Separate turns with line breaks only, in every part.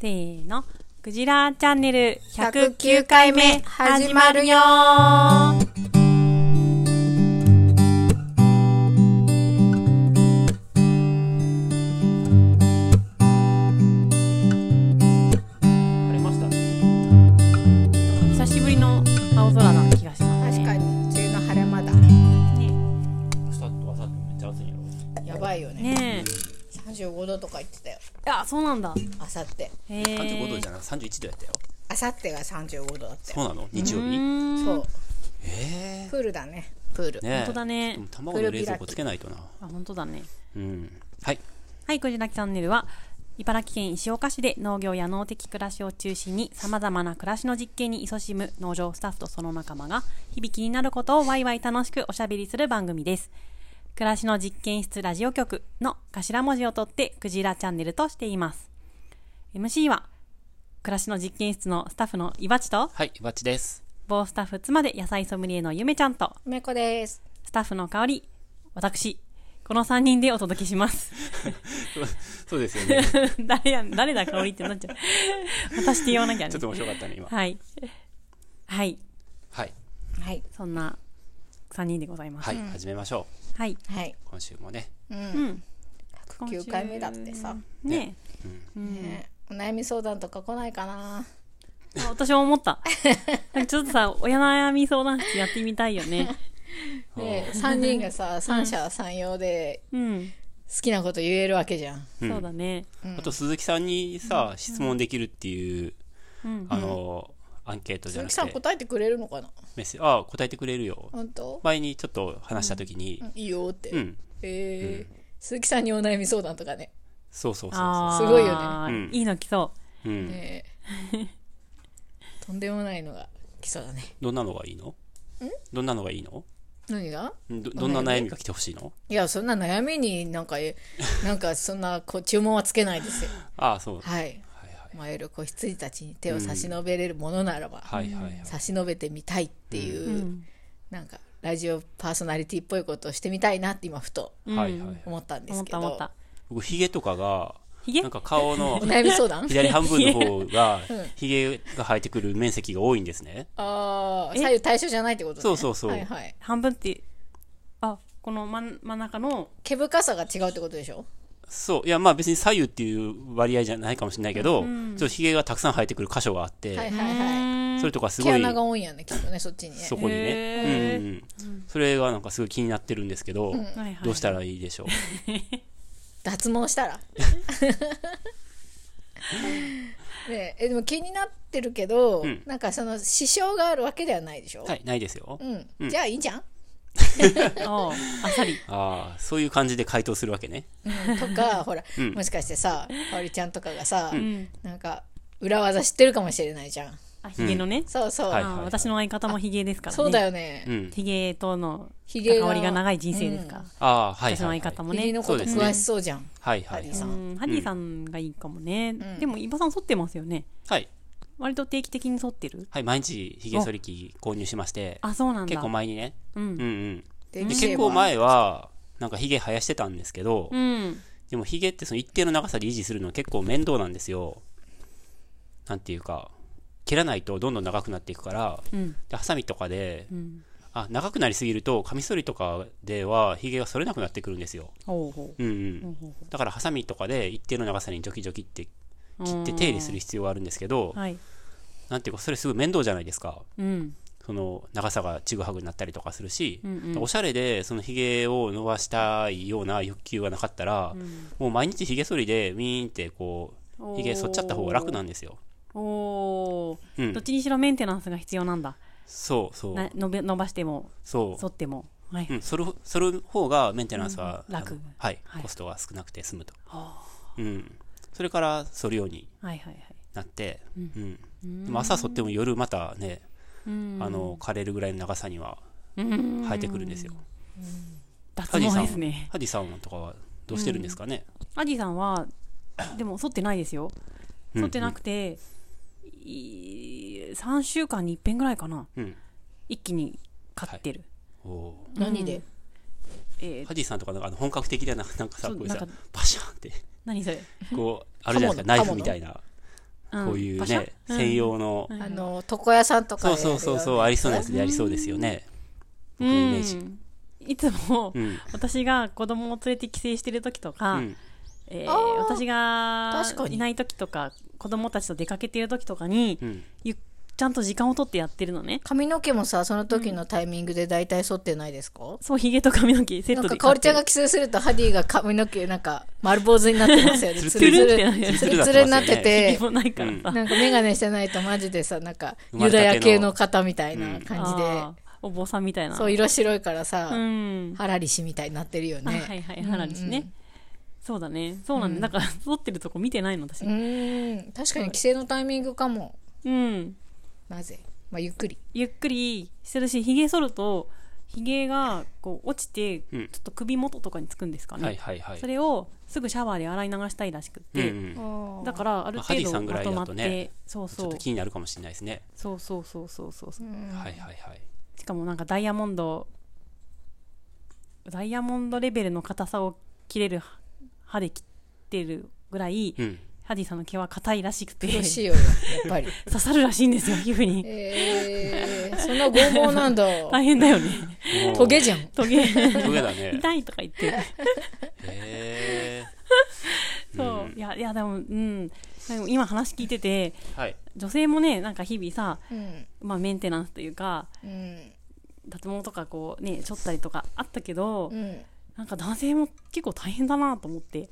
せーの。クジラチャンネル
109回目始まるよ
晴れましたね。久しぶりの青空な気がします
確
ね。
かに梅雨の晴れ間だ
ね
明日と明後日めっちゃ暑いんやろ
やばいよね
ね
35度とか言ってたよ
え。あ、そうなんだ。
あさって
へえ。
35度じゃなく31度やったよ
あさってが35度だったよ
そうなの日曜
う
日
ーん
そう
え
プールだねプール
えね
本当だね
でも卵の冷蔵庫つけないとな
あ、本当だね。
うんはい
はい、こじらきチャンネルは、茨城県石岡市で農業や農的暮らしを中心に様々な暮らしの実験に勤しむ農場スタッフとその仲間が日々気になることをワイワイ楽しくおしゃべりする番組です。暮らしの実験室ラジオ局の頭文字を取ってクジラチャンネルとしています。MC は暮らしの実験室のスタッフのいばちと、
はいバッチです
某スタッフ妻で野菜ソムリエのゆめちゃんと、
梅子です
スタッフの香り、私、この3人でお届けします。
そうですよ ね
誰やん、誰だ香りってなっ ちゃう。私って言わなきゃね。
ちょっと面白かったね今
はい。はい。
はい
はい
そんな3人でございます。
はい始めましょ
はい。
はい、
う今週もね
うん。
9回目だってさ、
ね
ねお悩み相談とか来ないかな
え。あ私も思 った。なんかちょっとさ、親悩み相談室やってみたいよ ね。
で3人がさ三者三様で
うん。
好きなこと言えるわけじゃん
ん
そうだね。
あと鈴木さんにさ質問できるっていう
うん
あのアンケートじ
鈴
ゃ
木
なく
さん
て
答えてくれるのかな
メッセージあ答えてくれるよ
本当
前にちょっと話した時に
いいよって、
うん
えー鈴木さんにお悩み相談とかね
そうそうそうそ
あー
すごいよ
ねうん
いいの来そう
うん
えーとんでもないのが来そうだね
どんなのがいいのどんなのがいいの
何が
どどんな悩みが来てほしいの
いやそんな悩みになんか えなんかそんなこう注文はつけないですよ
ああそうはい
はい
はい
迷える子羊たちに手を差し伸べれるものならば、
はいはいはい
差し伸べてみたいっていう、
う。うん。
なんかラジオパーソナリティっぽいことをしてみたいなって今ふと
はいはい。
思ったんで
思
す
っ
け
た
ど、
思った。
僕、ヒゲとかが、
ひげ
なんか顔の
お悩み相 談
左半分の方 が、ヒゲが生えてくる面積が多いんですね。
ああ
え
左右対称じゃないってことね
そうそうそう
はいはい
半分って、あ、この真ん真ん中の、
毛深さが違うってことでしょ
そう。いや、まあ別に左右っていう割合じゃないかもしれないけど、ちょっとヒゲがたくさん生えてくる箇所があっ
はい
て、
はいはい
それとかす
毛
ごい、
穴が多いんやねきっとねそっちにね
そこに
へ
ね。うんうん。それがなんかすごい気になってるんですけど、
はいはい。
どうしたらいいでしょう。
脱毛 したらねええでも気になってるけど、
ん
なんかその支障があるわけではないでしょ、
はい、ないですよ。
うん、じゃあいいんじゃん、
おうあっさり。
ああ、そういう感じで回答するわけね。
うん、とかほら、
ん
もしかしてさかおりちゃんとかがさ、なんか裏技知ってるかもしれないじゃん
あ、ひげのね。
そうそう、
はい
あー私の相方もひげですからね。
そうだよね、
うん。
ヒゲとの
ヒゲが
関わりが長い人生ですから、
ああ、はい
私の
はい
相
はい。
方も
ひげ
ね。
のこと
そうですね
詳しそうじゃん、
はいは
ハ
い
リ
は
ー
い
さ。
うん、ハリーさんがいいかもね。でも、伊庭さん剃ってますよね。
はい。
割と定期的に剃ってる
はい、毎日ヒゲ剃り機購入しまして、
あ、そうなんだ。
結構前にね。
うん
うんうん。
で
で
きれ
結
ば
構前は、なんかヒゲ生やしてたんですけど、
うん。
でもヒゲってその一定の長さで維持するのは結構面倒なんですよ。なんていうか、切らないとどんどん長くなっていくから、
うん。
でハサミとかで、
うん。
あ、長くなりすぎると、カミソリとかではヒゲが剃れなくなってくるんですよ。
ほうほ
うんう。
う。ほうんほうほ
だからハサミとかで一定の長さにジョキジョキって
う
切って手入れする必要があるんですけど、
はい。
なんていうか、それすごい面倒じゃないですか。
うん。
その長さがちぐはぐになったりとかするし、
うんうん
おしゃれでそのひげを伸ばしたいような欲求がなかったら、もう毎日ひげ剃りでウィーンってこうひげ剃っちゃった方が楽なんですよ、
おー。
う
どっ
ん、
ちにしろメンテナンスが必要なんだ。
そうそ
な
う
伸び伸ばしても、
そ、
剃っても。はいう
う。ん、剃る剃る方がメンテナンスは、
うん楽
あのはい、
はい
コストが少なくて済むと、うん、それから剃るように
はいはいはい。
なって、うんでも朝剃っても夜またね、
うん
あの枯れるぐらいの長さには
うん。
生えてくるんですよ、
脱
ハディ
毛
さん
ですね。
ハディさんとかはどうしてるんですかね、
アディさんは、でも剃ってないですよ。
うん
剃ってなくて、い3週間に一遍ぐらいかな。
うん
一気に買ってる。
おー
何で、
えー
ハディさんとかなんかあの本格的だな、なんかさ、
そう
こうさ
なんか、
パシャンって、
何それ
こう、あるじゃないですか、ナイ
刃物
フみたいな。
うん
こういう
馬車
ね、専用の、
うん
あの床屋さんとか
そう
でやる
そ
よ
うそうそう、ありそうなやつでやりそうですよね。
う
僕のイメージ。
んいつも、
うん。
私が子供を連れて帰省してる時と
う
か、
ん。
えー
あー
私が
確かに
いない時とか子供たちと出かけてる時とかに、
うん。
ゆちゃんと時間をとってやってるのね
髪の毛もさその時のタイミングで大体剃ってないですか、
そうひげと髪の毛セッ
な
ト
ん
で
かかおりちゃ
買
んが
って
帰省するとハディが髪の毛なんか 丸坊主になってま すよね
つ
つ
る
る
つ
つ
る
る
って
つるつるになって
るひ
て
げもないからさ、
なんか眼鏡してないとマジでさなんか
生まれ
ユダ
たての
ヤ系の方みたいな感じで、
あーお坊さんみたいな
そう色白いからさ、
うん
ハラリシみたいになってるよ
あは
ね
いはい原ですね、
うんうん
そうだねそうなんだ、なんか撮ってるとこ見てないの私
うーん確かに帰省のタイミングかも
うん
なぜまあゆっくり
ゆっくりしてるしひげ剃るとひげがこう落ちてち
う
ょ
ん
っと首元とかにつくんですかね、
はいはいはい
そ。れをすぐシャワーで洗い流したいらしくっ
うんう
て、
ん。
だからある程
まあハリーさ
度
んぐ
ま
らいだ
と
とね
まって、そう
ちょ
そ
っ
う
と気になるかもしれないですね。
そうそうそうそうそうそう
はいはいはい。
しかもなんかダイヤモンドダイヤモンドレベルの硬さを切れる歯で切ってるぐらい、
うん。
ハディさんの毛は硬いらしくて
嬉し
刺
いよやっぱり
さるらしいんですよ皮膚に
えー、そんな拷問なん だ
大変だよね
もう
トゲじゃん
トゲ
トゲだね。
痛いとか言って
へー
そう、
ん
いやいやでもうんでも今話聞いてて
はい。
女性もねなんか日々さ、
うん
まあ、メンテナンスというか
うん
脱毛とかこうねちょったりとかあったけど、
うんね
なんか男性も結構大変だなと思って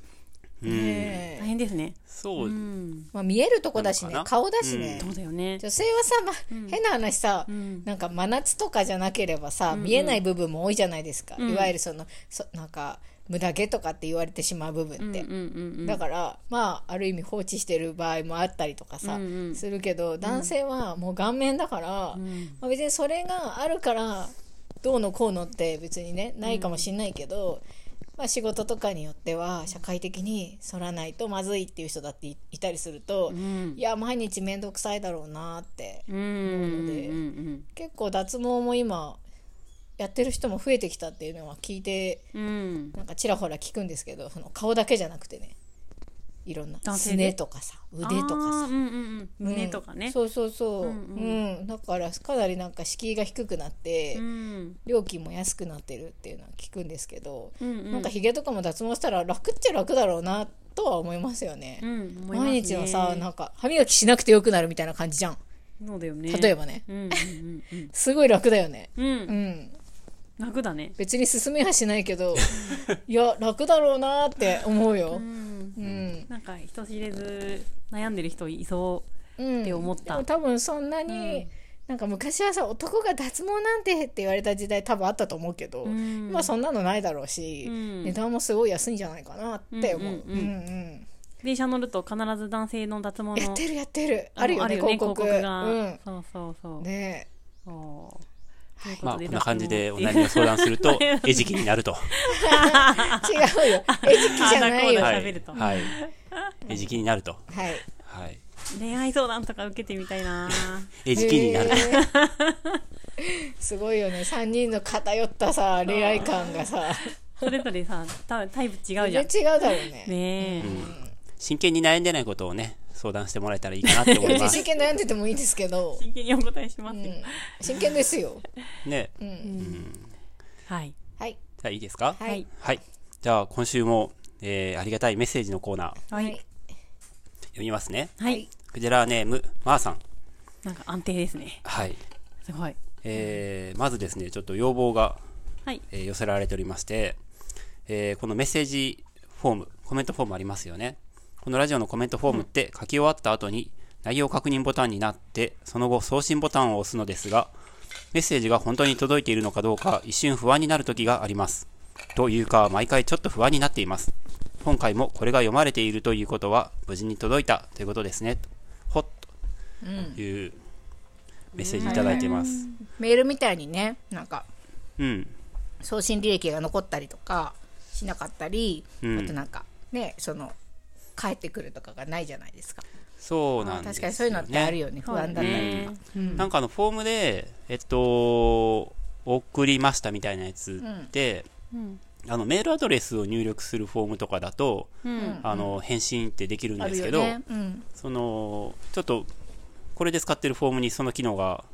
うん。
大
え
変ですね
そうう。
ん
まあ見えるとこだし
な
ね
のかな
顔だしね、
そうだよね
女性はさ、まあ変な話さ、
うん
なんか真夏とかじゃなければさ、見えない部分も多いじゃないですか、いわゆるそのそなんか無駄毛とかって言われてしまう部分って、
うんうんうん
だからまあある意味放置してる場合もあったりとかさ、
うんうん
するけど男性はもう顔面だから、まあ、別にそれがあるからどうのこうのって別にねないかもしんないけど、まあ、仕事とかによっては社会的に剃らないとまずいっていう人だっていいたりすると、
ん
いや毎日面倒くさいだろうなって
うんうんうん
結構脱毛も今やってる人も増えてきたっていうのは聞いて
うんうん
なんかちらほら聞くんですけどその顔だけじゃなくてねいろんな
男性
す
で
ねとかさ腕とか
あー
さ
うんうんうん
うん
胸とかね
そうそうそう
う
うんん、
う
だからかなりなんか敷居が低くなって、
うん
料金も安くなってるっていうのは聞くんですけど、
うんうん
なんかひげとかも脱毛したら楽っちゃ楽だろうなとは思いますよね、
うん思いますね
毎日のさなんか歯磨きしなくてよくなるみたいな感じじゃん
そうだよね
例えばね
うんうんうん
すごい楽だよね
うんう
うんん
楽だね
別に進めはしないけ どいや楽だろうなって思うよ
うん
うん、
なんか人知れず悩んでる人いそう
うん、
って思った
でも多分そんなに、なんか昔はさ男が脱毛なんてって言われた時代多分あったと思うけど、
ん
今そんなのないだろうし、
うん
値段もすごい安いんじゃないかなって思う、
うんうんうん
うんうん
電車乗ると必ず男性の脱毛の
やってるやってる
あの
あるよね広
広
告
告が、
うん
そうそうそう、
ね
そうということ
まあ、こ
で
んな感じでお
脱毛ってい
悩み
う
を相談すると、餌食になると。
え違 うよ餌食じゃないよ
あ
は
なる喋
い、
はい
ると
はい。餌食になると。はい。
恋愛相談とか受けてみたいな
餌食になる。
へーすごいよね3人の偏ったさ恋愛感がさ
それぞれさ多分タイプ違うじゃん
全然
ね
違うだろうね
え、
真剣に悩んでないことをね、相談してもらえたらいいかなって思いま
別
す
に。真剣に悩んでてもいいですけど、
真剣にお答えしま
う
すよ、
ん、真剣ですよ、
ね。
うん
はい
はい
じゃあいいですか
はい
はい。じゃあ、今週も、えーありがたいメッセージのコーナー、
はいはい、
読みますね。クジラーネーム、まー、さん。
なんか安定ですね
はい。
すごい
えーまずですね、ちょっと要望が、
はい
えー寄せられておりまして、えーこのメッセージフォーム、コメントフォームありますよね。このラジオのコメントフォームって書き終わった後に内容確認ボタンになって、その後送信ボタンを押すのですが、メッセージが本当に届いているのかどうか一瞬不安になる時があります。というか、毎回ちょっと不安になっています。今回もこれが読まれているということは、無事に届いたということですね。ほっというメッセージいただいてます。
メールみたいにねなんか
うん。
送信履歴が残ったりとかしなかったり、
うん
あとなんかねその帰ってくるとかがないじゃないですか
そうなんです
確かにそういうのってあるよね不安だったりとか、
なんかあのフォームで、えっと、送りましたみたいなやつって、
うん
あのメールアドレスを入力するフォームとかだと、
うん
あの返信ってできるん
あ
で
る
すけ
よ
ど、
ね、うん、
そのちょっと、これで使ってるフォームにその機能が、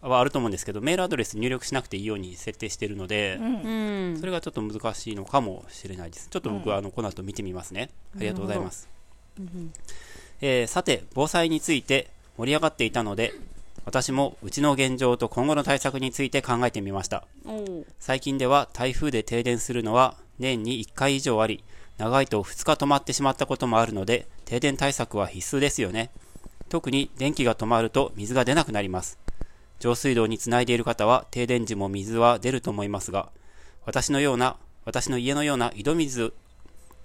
はあると思うんですけど、メールアドレス入力しなくていいように設定してるので、
う
そ
ん。
れがちょっと難しいのかもしれないです。ちょっと僕はあのこの後見てみますね。ありがとうございます。えーさて、防災について盛り上がっていたので、私もうちの現状と今後の対策について考えてみました。
おう
最近では台風で停電するのは年に1回以上あり、長いと2日止まってしまったこともあるので、停電対策は必須ですよね。特に電気が止まると水が出なくなります。上水道につないでいる方は停電時も水は出ると思いますが、私のような、私の家のような井戸水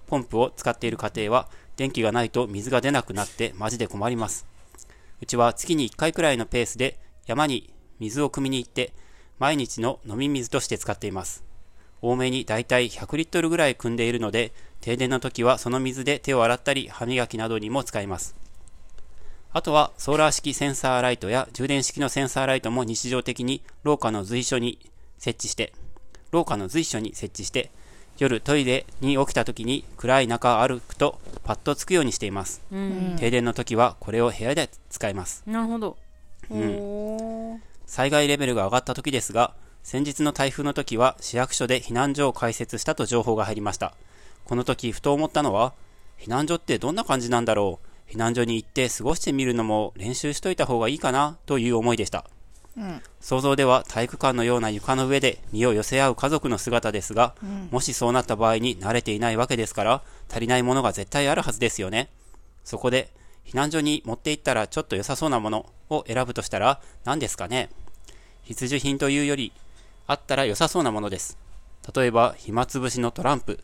ポンプを使っている家庭は電気がないと水が出なくなってマジで困ります。うちは月に1回くらいのペースで山に水を汲みに行って毎日の飲み水として使っています。多めにだいたい100リットルぐらい汲んでいるので、停電の時はその水で手を洗ったり歯磨きなどにも使います。あとはソーラー式センサーライトや充電式のセンサーライトも日常的に廊下の随所に設置して、廊下の随所に設置して、夜トイレに起きた時に暗い中歩くとパッとつくようにしています。
うん。
停電の時はこれを部屋で使います。
なるほど。
ん
おー
災害レベルが上がった時ですが、先日の台風の時は市役所で避難所を開設したと情報が入りました。この時、ふと思ったのは、避難所ってどんな感じなんだろう避難所に行って過ごしてみるのも練習しといた方がいいかなという思いでした。
うん
想像では体育館のような床の上で身を寄せ合う家族の姿ですが、もしそうなった場合に慣れていないわけですから、足りないものが絶対あるはずですよね。そこで、避難所に持って行ったらちょっと良さそうなものを選ぶとしたら何ですかね必需品というより、あったら良さそうなものです。例えば、暇つぶしのトランプ、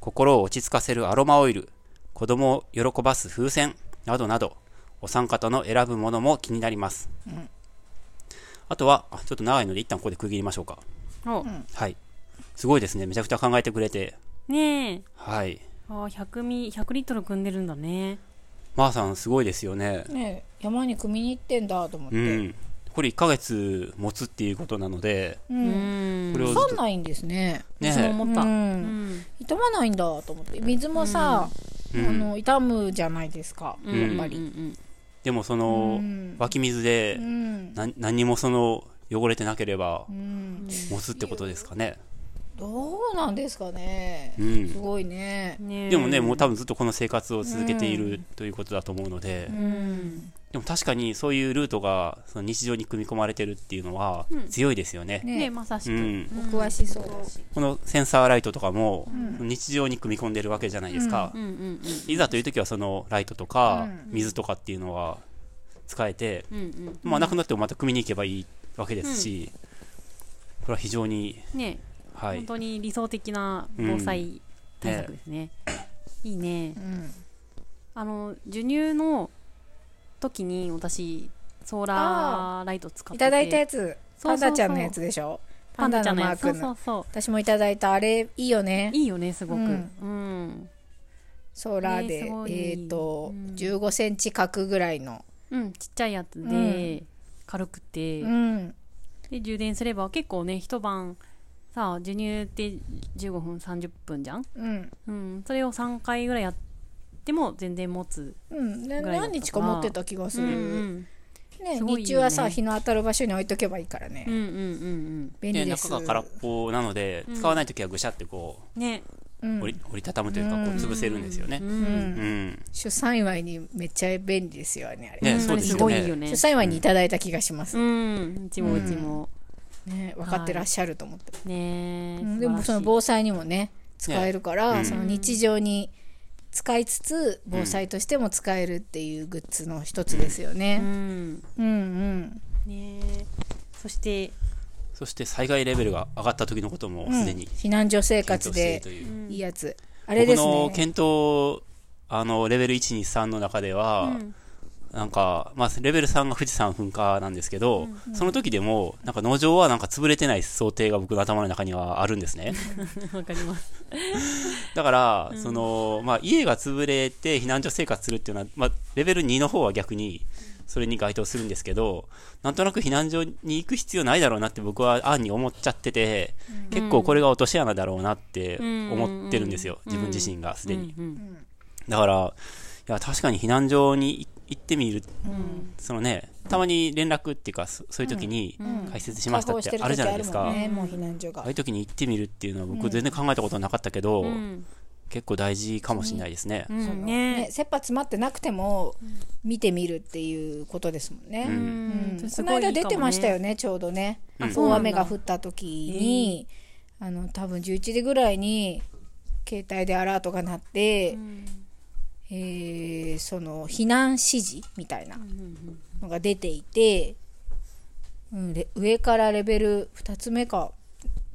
心を落ち着かせるアロマオイル、子供を喜ばす風船、などなど、お三方の選ぶものも気になります。あとは、あちょっと長いので一旦ここで区切りましょうか。
お
はい。すごいですね。めちゃくちゃ考えてくれて。
ねえ。
はい。
ああ、100ミ、100リットル組んでるんだね。
まーさん、すごいですよね。
ねえ山に組みに行ってんだと思って、
うん。これ1ヶ月持つっていうことなので、
う
うんん
これをずっ
腐ん
と。
ないんですね
ね
私も思った。
う
うんん。
傷まないんだと思って水もさ、
うん
あの傷むじゃないですか、
うん
やっぱり、
うん
でも、そうの、
ん
湧き水
う
で、
ん
な何にもその、汚れてなければ
う、ん
持つってことですかね。
どうなんですかね、
う
す
ん。
ごいね
うんねえ
でもね、もう多分ずっとこの生活を続けているということだと思うので、
うん
でも確かにそういうルートがその日常に組み込まれてるっていうのは
うん
強いですよね。
ね
ね
まさし
う
く。
ん。
うん
詳しそうだし、
このセンサーライトとかも
う
日常に組み込んでるわけじゃないですか
う。んうん
いざという時はそのライトとか
うん
水とかっていうのは使えて、
うん。うんうん。
まあなくなってもまた組みに行けばいいわけですし、これは非常に、
ね
は
本
い。
当に理想的な防災対策ですね。いいね
う。ん、
あの授乳の時に私ソーラーライト使ってて
いただいたやつ
そ
パ
うそうそ
ン
う
ダちゃんのやつでしょ
パンダちゃんの
パンダ
やつそう
のマークの
そうそ
私もいただいたあれいいよね
ういいよねすごくう
うんん、ソーラーで、
ねすごい
えっ、と、
うん
15センチ角ぐらいの、
うんちっちゃいやつで、
うん
軽くて、
うん、
で充電すれば結構ね一晩さあ授乳って15分30分じゃん、
うん、
うん、それを3回ぐらいやっても全然持つ、
うん、
ぐらいだっ
ね
たかな
何日か持ってた気がす
うん
る、
うん、
ね
すごいよね
日中はさ日の当たる場所に置いとけばいいからね、
うんうんうん
便利
で
です
中が空っぽなので、使わない時はぐしゃってこ
うんね
う
う折
ん
り折りたたむというかこう潰せるんですよね
う。
うん
ん
うん。
出産祝いにめっちゃ便利ですよねあれ、
ねそうですよね
ごいよね
出産祝いにいただいた気がします
う、んうちもうちも、
ね分かってらっしゃると思って、
ねえ
うん
素晴
で
ら
も
しい
その防災にもね使えるから、
ねうん
その日常に使いつつ防災としても使えるっていうグッズの一つですよ
う
ね、
ん
うん、うん
ねえそして、
そして災害レベルが上がった時のこともすでに
避難所生
検
活
討してい
で
るという。
うん
いいやつあれです
僕の
ね
検討、あの、レベル1、2、3の中では、
うん
なんか、まあ、レベル3が富士山噴火なんですけど、その時でも、なんか農場はなんか潰れてない想定が僕の頭の中にはあるんですね。
わかります。
だから、その、まあ、家が潰れて避難所生活するっていうのは、まあ、レベル2の方は逆に、それに該当するんですけど、なんとなく避難所に行く必要ないだろうなって僕は案に思っちゃってて、結構これが落とし穴だろうなって思ってるんですよ、
うん
自分自身がすでに。
うん
だから、いや、確かに避難所に行ってみる、
うん
そのね、たまに連絡っていうか、そそういう時に
うん
解説しましたっ
解放して
て
る
あるじゃないで
時
す
あ
か。
るもん
あ
ねもう避難所が
あいう時に行ってみるっていうのは僕全然考えたことなかったけど、
うん
結構大事かもしれないですね。
うん
その
ね
ね切羽詰まってなくても見てみるっていうことですもんね、
う
うん
ん
それす
こ
ご
の
いいいかもね
間出てましたよねちょうどね、
あそうなんだ
大雨が降った時に、あの多分11時ぐらいに携帯でアラートが鳴って、えーその避難指示みたいなのが出ていて、うん、レ上からレベル2つ目か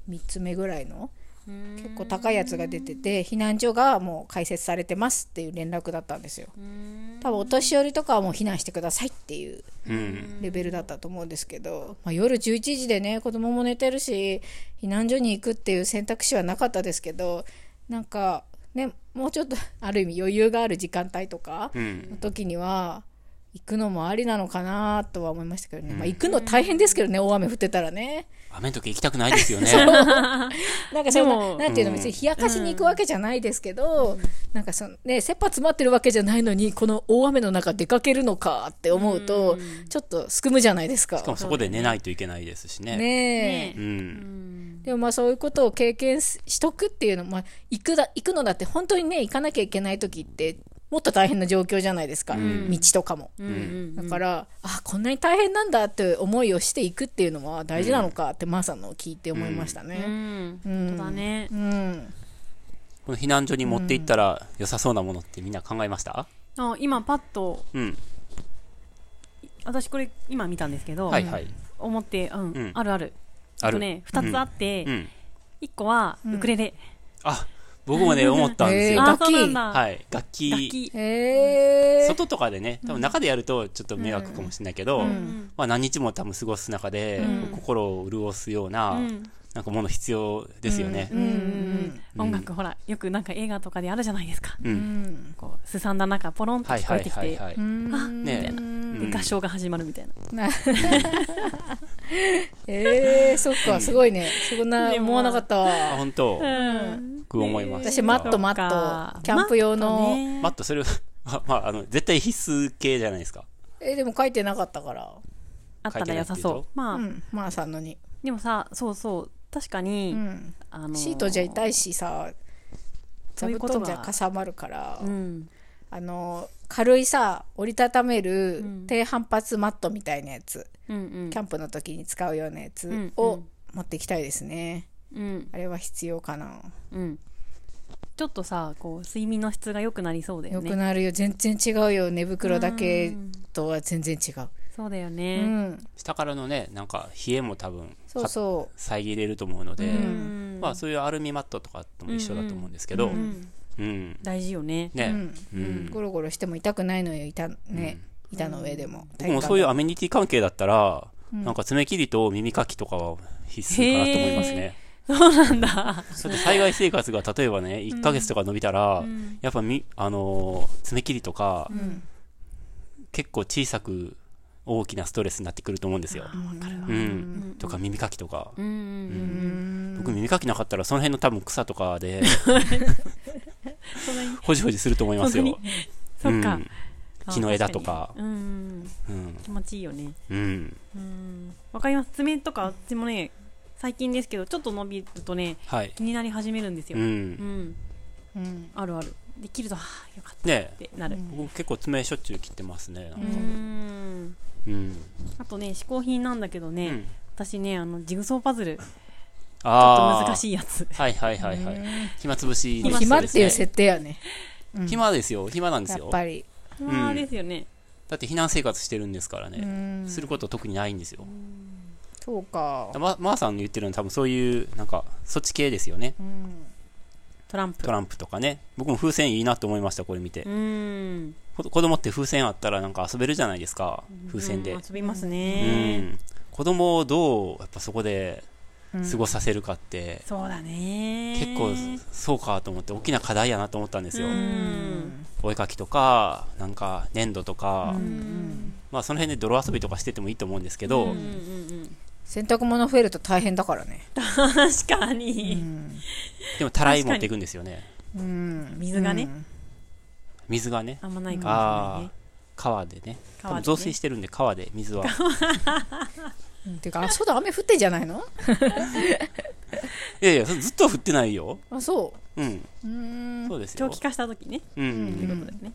3つ目ぐらいの
うん
結構高いやつが出てて避難所がもう開設されてますっていう連絡だったんですよ
うん
多分お年寄りとかはもう避難してくださいっていう
うん。
レベルだったと思うんですけど、まあ、夜11時でね子供も寝てるし避難所に行くっていう選択肢はなかったですけどなんかねもうちょっと ある意味余裕がある時間帯とか
うん。
の時には行くのもありなのかなとは思いましたけどね、まあ、行くの大変ですけどね大雨降ってたらね
雨の時行きたくないですよね。
なんかそん
でも
ななんていうの別に冷やかしに行くわけじゃないですけど、なんかそのね切羽詰まってるわけじゃないのにこの大雨の中出かけるのかって思うと、ちょっとすくむじゃないですか。
しかもそこで寝ないといけないですしね。
ねえ
う。
うんん
でもまあそういうことを経験ししとくっていうのも、まあ、行くだ行くのだって本当にね行かなきゃいけない時ってもっと大変な状況じゃないですか、道とかも。
うん
だから、あこんなに大変なんだって思いをしていくっていうのは大事なのかって、まーさんのを聞いて思いました
う
ね。
ん
う
そうだ
ん
ね
うん
この避難所に持って行ったら良さそうなものってみんな考えました
あ今パッと
うん。
私これ今見たんですけど、
はいはい。
思って、うん
うん
あるある
ある
とね2つあって、
うん。
1個はウクレレ、
あ、僕もね、思ったんです
えー
よ。
あ
楽器
そうなんだ、
はい。楽器。
楽器、
へー
外とかでね、多分中でやるとちょっと迷惑かもしれないけど、
うん
まあ、何日も多分過ごす中で、
うん
心を潤すような、
うん
なんかもの必要ですよね。
うんうん
うん
音楽ほらよくなんか映画とかであるじゃないですか、
うん
うんうん
こうすさんだ中ポロンと
はい
聞こ
は
え
い
てき
はい
て
はい。
うん
ねえ
うん
で合唱が始まるみたいな、
なえー、そっかすごいねそんな
でも
思わなかった
あ、
わ。
本当、僕思いました。
私マット
マッ
マ
なん
ッ
か
トキャンプ
マ
用
ット
の、
ね
トそれは、 あまあ、あの、絶対必須系じゃないですか。
えでも書いてなかったから
あったら良さ
書いてない
そ
って
うまあ、
うんまあさんのに、
でもさそうそう確か
う
に、
ん、
あの
シートじゃ痛いしさ
そ
座
ういう
布
こと
団
が
じゃかさばるから、
うん
あの軽いさ折りたためる
ん
低反発マットみたいなやつ、
うんうん
キャンプの時に使うようなやつ
んう
を
ん
持っていきたいですね、
うん
あれは必要かな
うんちょっとさこう睡眠の質が良くなりそうだよ
よ
ね
くなるよ全然違うよ寝袋だけとは全然違う
そうだよ
う
ね、
ん
下からのね、なんか、冷えも多分、
そう
か
そ
遮れると思うので、
うん
うん
まあ、そういうアルミマットとかとも一緒だと思うんですけど、うん。
大事よね
う、う
ね、
ん
うん
ゴロゴロしても痛くないのよ板,、ね板の上でも
僕もそういう
体
アメニティ関係だったら、なんか爪切りと耳かきとかは必須かなと思いますね。
そうなんだ
だって災害生活が例えばね、1ヶ月とか伸びたら、やっぱみ、あのー爪切りとか、
ん
結構小さく大きなストレスになってくると思うんですよ。うん。とか耳かきとか。
うんうんうん
僕耳かきなかったらその辺の多分草とかで、ほじほじすると思いますよ。
そっか、
うん木の枝とか
あ。確にうん
うん。
気持ちいいよね
うん。
うんわかります爪とかでもね最近ですけどちょっと伸びるとね
はい。
気になり始めるんですよ
う
うん、
ん。
がうん
あるあるできるとはあよかっ
ね
たってなる
僕結構爪しょっちゅう切ってますね。
うん
うん。
あとね嗜好品なんだけどね、
うん
私ねあのジグソーパズルちょっと
ああ。
難しいやつ
はいはいはいはい。暇つぶしですね
暇っていう設定やね
暇ですよ。暇なんです
やっ
よ。
ぱり
うわーですよね、
だって避難生活してるんですか
う
らね。
ん
すること特にないんですよ。
そうか
ま、まーさんの言ってるのは多分そういう、なんか、そっち系ですよね。
うん
トランプ
トランプとかね。僕も風船いいなと思いました、これ見て
う。ん
こ子供って風船あったらなんか遊べるじゃないですか。風船で
うん。遊びます
う
ね、
ん。子供をどう、やっぱそこで
うん
過ごさせるかって、
そうだね
結構、そうかと思って、大きな課題やなと思ったんですよ
う。
うん
ん
お絵かきとか、なんか、粘土とか、
うん
まあその辺で泥遊びとかしててもいいと思うんですけど、
うんうんうん
洗濯物増えると大変だからね
確かに、
でもたらい持っていくんですよね。
うん
水がね
うん
水がね。
あんまないかもしれない
ああ
ね
ー、川でね多
川でね
分増水してるんで川で水は
うんていうかあそうだ雨降ってんじゃないの
いやいやそれずっと降ってないよ
あそ
うん
ううーん
そうですよ
長期化した時ね、
うん、
ということですね。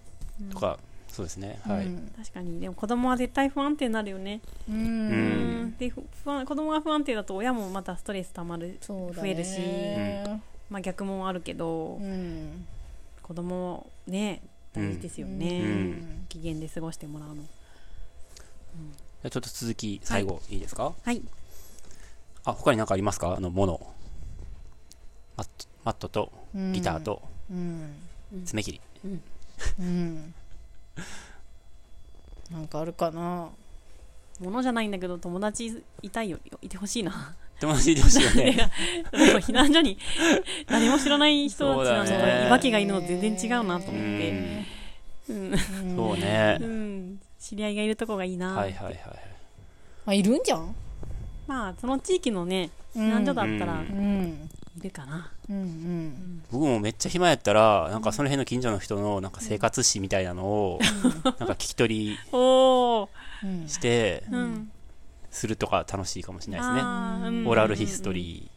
とかそうですねはい、
うん
確かにでも子供は絶対不安定になるよね。
う
うん
うんん、でふ不安子供が不安定だと親もまたストレスたまる、
そうだね
増えるし
う
まあ逆もあるけど、
うん
子供ね大事ですよね。
うん
機嫌で過ごしてもらうの。
じゃあちょっと続き最後、い、いですか
はい。
あ他に何かありますかあのものマットマットと
うん
ギターと
うん
爪切り、
うんなんかあるかな
物じゃないんだけど友達いたいよいてほしいな。
友達でほしいよね
避難所 に誰も知らない人たちなの
そうだね
といわけがいるのと全然違うなと
う
思って。
ん
うん。
そうね、
うん知り合いがいるとこがいいな。
はいはいはい
まあいるんじゃん
まあその地域のね
う
避難所
ん
だったら
うん
いるかな。
うんうん
僕もめっちゃ暇やったらなんかその辺の近所の人のなんか生活史みたいなのをなんか聞き取
おお。
うん
りして
うん。
するとか楽しいかもしれないですね
あー
オラルヒストリ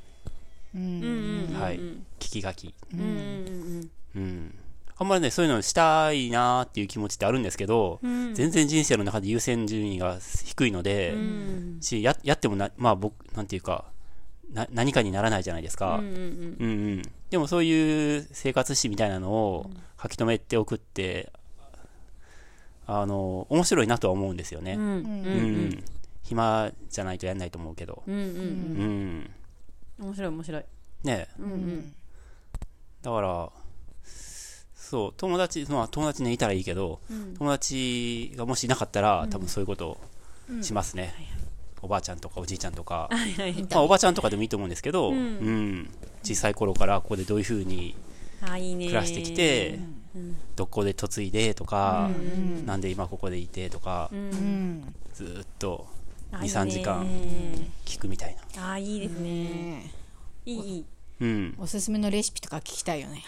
う
う
んうん
ん
うんうん。
は
う
い
ん
ー聞き書き
うんうん
うんあんまりねそういうのしたいなーっていう気持ちってあるんですけど
うんうん。
全然人生の中で優先順位が低いので
うん
しややってもなまあ僕なんていうかな何かにならないじゃないです
うんう
か
んうん。
うんうんでもそういう生活史みたいなのを書き留めておくってあの面白いなとは思うんですよね
うんうん
うん、
うん
暇じゃないとやんないと思うけど
うんうん
うん、
面白い面白い。
ねえ
う
うんん
だからそう友達まあ友達ねいたらいいけど
うん。
友達がもしいなかったら多分そういうことをしますね、おばあちゃんとかおじいちゃんとか、
はいはい。
まあ、おばあちゃんとかでもいいと思うんですけど、
う
うんん小さい頃からここでどういうふうに
あいいね。
暮らしてきて、どこで嫁いでとか、
うん
なんで今ここでいてとか、
うん。
うん
ずーっと
あ
2、3時間聞くみたいな。
あいいですね。
ね
いいいい。
うん
おすすめのレシピとか聞きたいよね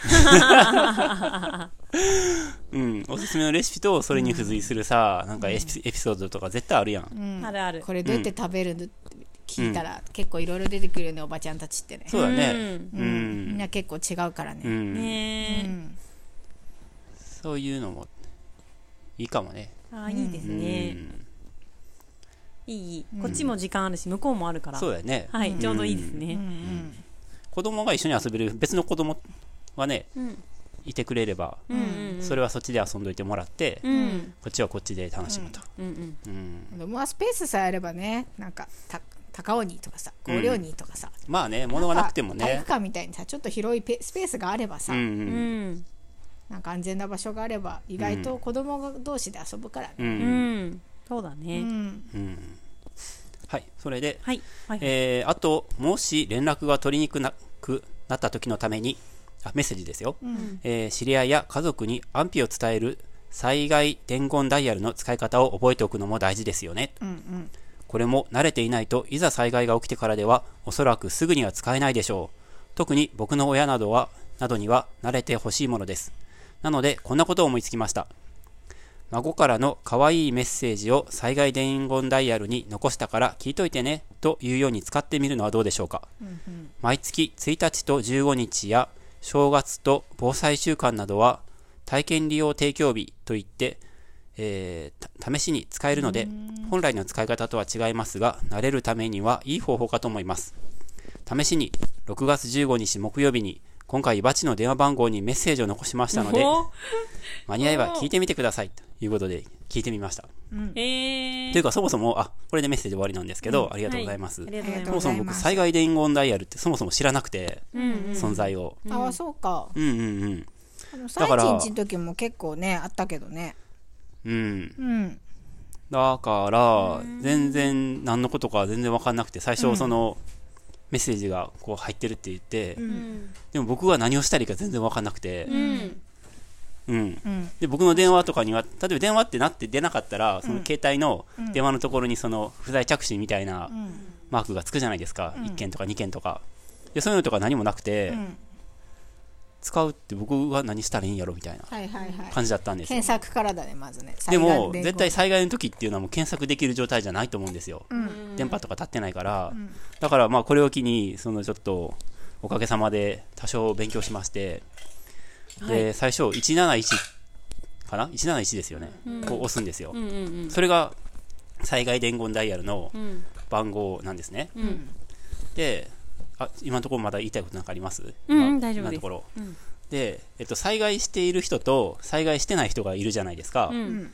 うん、おすすめのレシピとそれに付随するさ、なんかエピエピソードとか絶対あるやん、
うん
あるある。
これどうやって食べるのって聞いたら結構いろいろ出てくるよねおばちゃんたちってね
そうだね
うん
うん、
みんな結構違うから
う
ね
ん
ね
う
え。
ん
そういうのもいいかもね
あいいですね
う。ん
いいいい。こっちも時間あるし向こうもあるから。
そうだよね、
はい、ちょうどいいです
う
ね。
ん
子供が一緒に遊べる別の子供はね
うん。
いてくれれば、
うんうんうん。
それはそっちで遊んどいてもらって、
う
こ
ん。
っちはこっちで楽しむと、
うんうん。
うん
子供はスペースさえあればねなんかた高尾にとかさ高陵にとかさ、
まあね物がなくても
体
ね
育館みたいにさちょっと広いペスペースがあればさ、
うん
う
うん
ん。
なんか安全な場所があれば意外と子供同士で遊ぶから
う
ね、
うんん。そうだ
うん
ね。
うんはいそれで
はい。はいはい。
えーあと、もし連絡が取りにくなくなった時のために、あメッセージですよ、えー知り合いや家族に安否を伝える災害伝言ダイヤルの使い方を覚えておくのも大事ですよね。
うんうん
これも慣れていないといざ災害が起きてからではおそらくすぐには使えないでしょう。特に僕の親などは、などには慣れてほしいものです。なので、こんなことを思いつきました。孫からの可愛いメッセージを災害伝言ダイヤルに残したから聞いといてねというように使ってみるのはどうでしょうか。毎月1日と15日や正月と防災週間などは体験利用提供日といって、えーた試しに使えるので本来の使い方とは違いますが慣れるためにはいい方法かと思います。試しに6月15日木曜日に今回バチの電話番号にメッセージを残しましたので
お
間に合えば聞いてみてくださいということで聞いてみました。
えー。
というかそもそも、あ、これでメッセージ終わりなんですけど、ありがとうございます。
はありがとうござい
そ
ま
も
す。
そも僕、災害伝言ダイヤルってそもそも知らなくて、
うんうん。
存在を。
ああそうか
うんうんうん。
あの
だから
3日の時も結構ねあったけどね
うん。
うん
だから、全然、何のことか全然わかんなくて、最初その、メッセージがこう入ってるって言って、
うん。
でも僕が何をしたらいいか全然わかんなくて、
うん。
うん。
うん
で、僕の電話とかには、例えば電話ってなって出なかったら、その携帯の電話のところにその、不在着信みたいな
うん
マークがつくじゃないですか。1件とか2件とか。で、そういうのとか何もなくて、
うん
使うって僕は何したらいいんやろみたいな
はいはいはい
感じだったんですよ
検索からだねまずね
で
災害
も
伝言
絶対災害の時っていうのはもう検索できる状態じゃないと思うんですよ、
うん
電波とか立ってないから、
ん
だからまあこれを機にそのちょっとおかげさまで多少勉強しまして、
はい
で最初171かな171ですよね、こう押すんですよ、
うんうん
それが災害伝言ダイヤルの
うんうん
番号なんですね、
うん
であ今のところまだ言いたいことなんかあります、
うんうん
今
大丈夫です
今のところ、
うん
で、えっと、災害している人と災害してない人がいるじゃないですか、
うん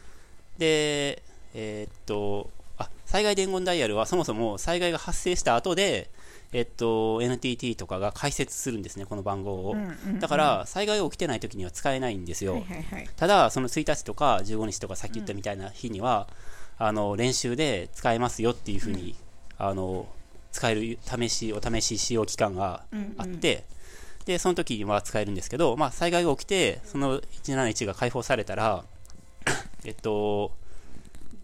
でえーっとあ災害伝言ダイヤルはそもそも災害が発生した後でえっと NTT とかが開設するんですねこの番号を、だから災害が起きてない時には使えないんですよ、
はいはいはい
ただその1日とか15日とかさっき言ったみたいな日には、あの練習で使えますよっていうふうに、あの使える試しお試し使用期間があって、でその時は使えるんですけど、まあ、災害が起きてその171が解放されたらえっと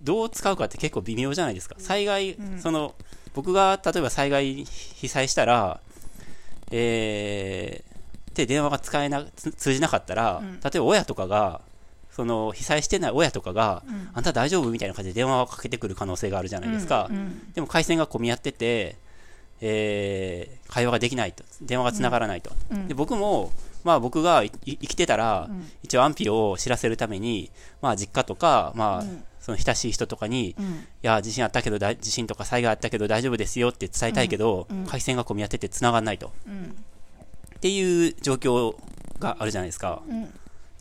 どう使うかって結構微妙じゃないですか災害、その僕が例えば災害に被災したらえーで電話が使えなつ通じなかったら、例えば親とかがその被災してない親とかが、あんた大丈夫みたいな感じで電話をかけてくる可能性があるじゃないですか、でも回線が混み合ってて、えー会話ができないと電話がつながらないと、で僕も、まあ、僕がいい生きてたら、一応安否を知らせるために、まあ、実家とか、まあその親しい人とかに、いや地震あったけどだ地震とか災害あったけど大丈夫ですよって伝えたいけど、回線が混み合っててつながらないと。っていう状況があるじゃないですか。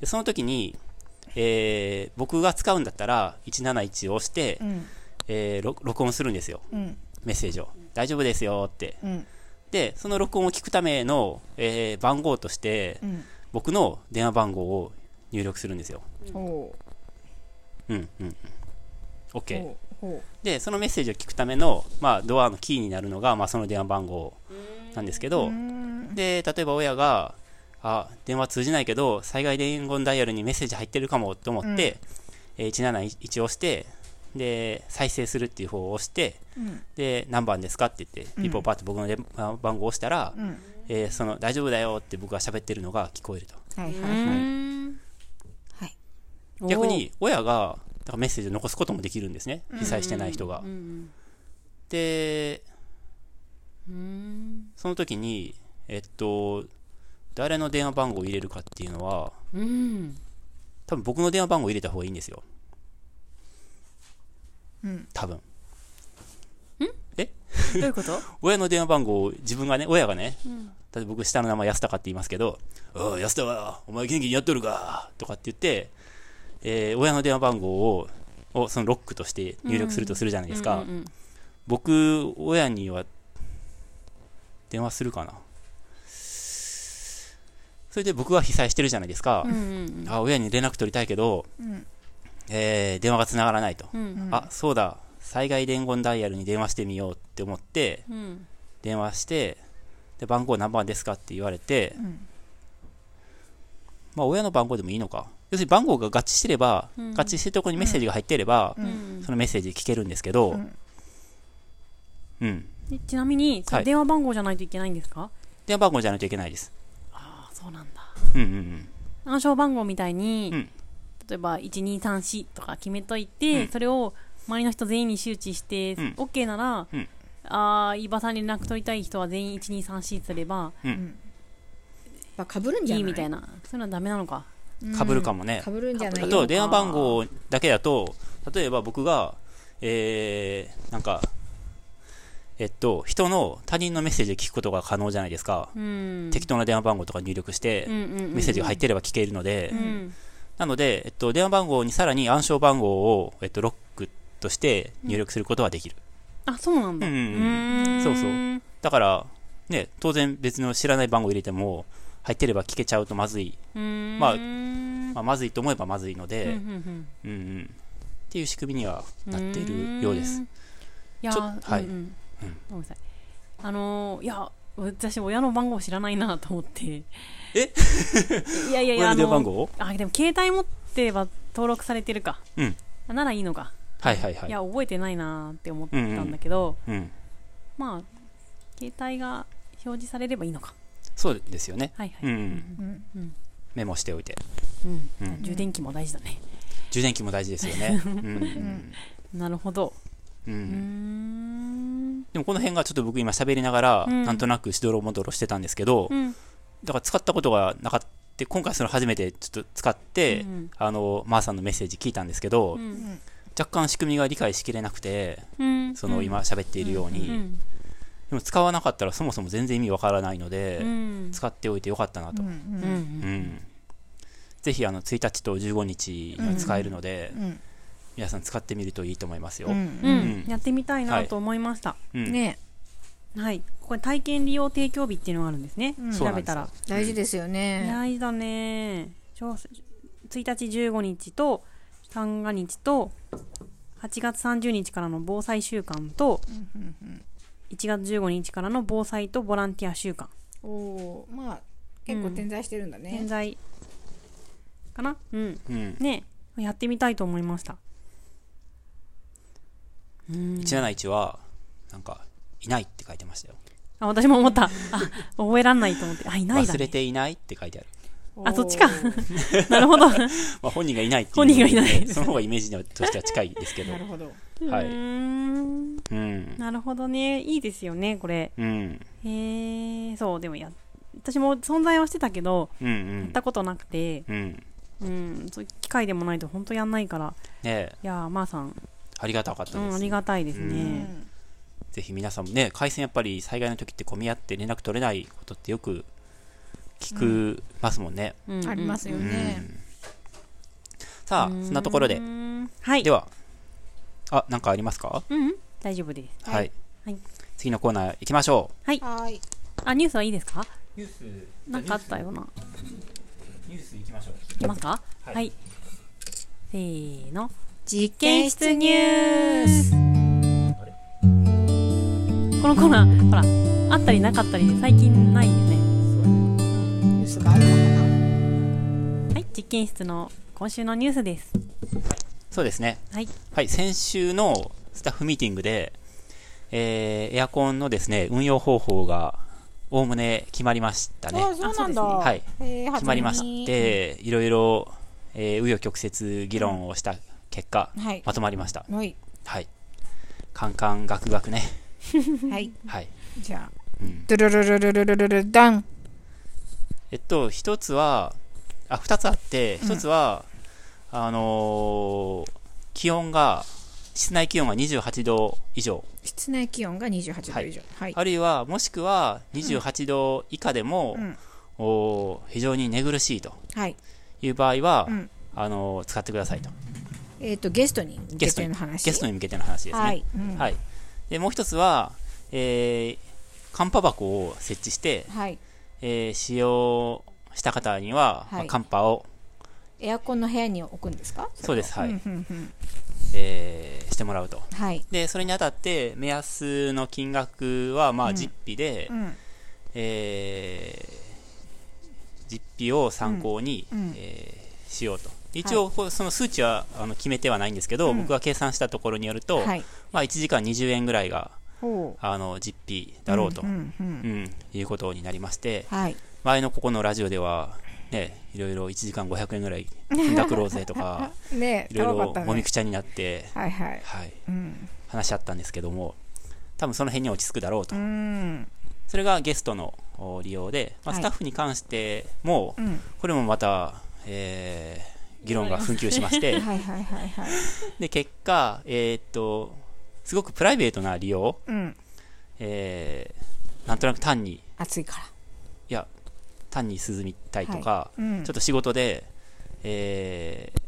でその時に、えー僕が使うんだったら171を押して、
ん
えー録録音するんですよ、
うん
メッセージを。大丈夫ですよって。
うん
で、その録音を聞くための、えー番号として、
ん
僕の電話番号を入力するんですよ。
ほ
うんうんうん。
う
OK。
ほうほ
で、そのメッセージを聞くための、まあ、ドアのキーになるのが、まあ、その電話番号なんですけど、
ううん
で例えば親があ電話通じないけど災害伝言ダイヤルにメッセージ入ってるかもと思って、えー171を押してで再生するっていう方を押して、で何番ですかって言ってピッポーパーって僕の電話番号を押したら、えーその大丈夫だよって僕が喋ってるのが聞こえると
はいは
う
い
ん
はい
逆に親がだからメッセージを残すこともできるんですね被災してない人が、
うん
で
うん
その時にえっと誰の電話番号を入れるかっていうのは
うん
多分僕の電話番号入れた方がいいんですよ。
うん。
多分。
どういうこと
親の電話番号を自分がね、親がね、例えば僕下の名前安高って言いますけど、おい、安高、お前元気にやっとるかとかって言って、えー親の電話番号を、をそのロックとして入力するとするじゃないですか。
うんうん
僕、親には、電話するかな。それで僕は被災してるじゃないですか。
うんうん
あ親に連絡取りたいけど、
ん
えー電話がつながらないと、
うん
あそうだ災害伝言ダイヤルに電話してみようって思って
うん
電話してで番号何番ですかって言われて、まあ親の番号でもいいのか要するに番号が合致してれば、合致してるところにメッセージが入ってれば、
うん
そのメッセージ聞けるんですけどうん、
でちなみにそ
は
れ
い
電話番号じゃないといけないんですか
電話番号じゃないといけないです
ああそうなんだ
うんうんうん
暗証番号みたいに、
うん
例えば1234とか決めといて、
うん
それを周りの人全員に周知して、
うん
OK なら、
うん
ああ伊庭さんに連絡取りたい人は全員1234すれば
まあ、かぶるんじゃ
い
ない
いみたいなそういうのはダメなのか
かぶるかもね、
かぶるんじゃない
あ
よ
と電話番号だけだと例えば僕がえー、なんかえっと人の他人のメッセージを聞くことが可能じゃないですか、
うん
適当な電話番号とか入力して、
うんうんうん
メッセージが入ってれば聞けるので、
うん
なので、えっと、電話番号にさらに暗証番号を、えっと、ロックとして入力することはできる、
あそうなんだ
うんうん
うーん
そうそうだから、ね、当然別の知らない番号入れても入ってれば聞けちゃうとまずい、
うーん
まあ
うん
まあ、まずいと思えばまずいの
うんう
で、
ん
うんうん、っていう仕組みにはなっているようです
んいや
ちょ
ー
はい
うんうんごめんなさいあのーいや私親の番号知らないなと思って
え
いやいやいや
親の電話番
あの
号
あでも携帯持ってれば登録されてるか
うん
あならいいのか、、
はいはいはいい
や覚えてないなーって思ったんだけど、
うん、
まあ携帯が表示されればいいのか
そうですよね。
はいはい。
うん。
うん
メモしておいて。
うん
うん
充電器も大事だね。
充電器も大事です よね。うん。
なるほど。
うん。う
うー
ん
ん。
でもこの辺がちょっと僕今喋りながら、
うん
なんとなくしどろもどろしてたんですけど、
うん。
だから使ったことがなかった。今回その初めてちょっと使って、
うん
あの、マーさんのメッセージ聞いたんですけど、
うん
若干仕組みが理解しきれなくて、
うん。
その今喋っているように、
うん。
でも使わなかったらそもそも全然意味わからないので、
うん。
使っておいてよかったなと、
う
うん
うんん。
ぜひあの1日と15日には使えるので、
うん
皆さん使ってみるといいと思いますよ、
う
うんん。やってみたいなと思いました。
うん
ね
はい。これ体験利用提供日っていうのがあるんですね。
うん
調べたら。
大事ですよね。
大事だねちょ1日15日と三が日と8月30日からの防災週間と1月15日からの防災とボランティア週間
おおーまあ結構点在してるんだね
現。在かなうん
うん
ねやってみたいと思いましたうん
171はなんかいないって書いてましたよ
あ私も思ったあ覚えらんないと思ってあいないだ、
忘れ
ね、
ていないって書いてある、
あそっちかなるほど
まあ、本人がいないっていう
本人がいない
その方がイメージとしては近いですけど
なるほど。
はいう
ーん
うん
なるほどねいいですよねこれ
うん
へえそうでもや私も存在はしてたけど
うんう
やっ
ん
たことなくて、
うんね
うん、そういう機会でもないと本当やんないから
え
いやーまーさん、
ありがたかった
う
で
ん、あ
す、
りがたいです
う
ね、
ん
ぜひ皆さんもね回線やっぱり災害の時って混み合って連絡取れないことってよく聞くますもんね、
うん
ありますよね。
さあ、そんなところで
う。んはい
では、あ、なんかありますか
うんうん大丈夫です
はい
はい
はい。
次のコーナー行きましょ
はーい。
あニュースはいいですか
う。ニュース、
なんかあったような
ニュース行きましょう。
いますかは、
はいい
せーの
実
検出ニュースこのコーナーほらあったりなかったりで最近ないよね
ニュースがあるのかな。
はい、実験室の今週のニュースです。
そうですね。
はい。
はい、先週のスタッフミーティングで、えーエアコンのですね、運用方法が、おおむね決まりましたね。
あそうなんだ。
あ
はい。
えー
決まりまし。て、いろいろ、えー、紆余曲折議論をした結果、
初めにはい。
まとまりました。
はい。
はい。カンカンガクガクね。
はい。
はい。
じゃあ。
うん
ドゥルルルルルルルルダン。
えっと、一つは、あ、二つあって、一つは、あのー気温が、室内気温が28度以上、
室内気温が28度以上。はい。
あるいは、もしくは28度以下でも、
うん
おー非常に寝苦しいと
はい。
いう場合は、
うん
あのー使ってくださいと。
えっとゲストに
ゲスト
向けて
に
の話。
ゲストに向けての話ですね。
はい。うん
はいで、もう一つは、えー、寒波箱を設置して、
はい。
えー使用した方には、ま
は
あ
い
寒波を、
エアコンの部屋に置くんですか。
そうです、はい、
うんうんうん
えーしてもらうと。
はい。
で、それにあたって、目安の金額は、まあ、実費で、
うん。
えー実費を参考に、
うんうん
えーしようと。一応、こうその数値はあの決めてはないんですけど、
うん
僕が計算したところによると、
はい。
まあ、1時間20円ぐらいが、
ほ
あの、実費だろうと、
う
うん
んうんうん
いうことになりまして、
はい。
前のここのラジオでは、ね、いろいろ1時間500円ぐらい、金額ローゼ とか、
ねえ、
いろ
高かっ
いろ
た
もみ
ね
く。ちゃになって、
はいはい。
はい、
うん。
話し合ったんですけども、多分その辺に落ち着くだろうと
う。ん。
それがゲストのお利用で、まあ、
は
ス
い
タッフに関しても、
うん。
これもまた、えー議論が紛糾しまし
はい
て、
はいはいはい。
で、結果、えーっと、すごくプライベートな利用、
うん。
えーなんとなく単に、
暑いから。
いや、単に涼みたいとか、
うん
ちょっと仕事で、えー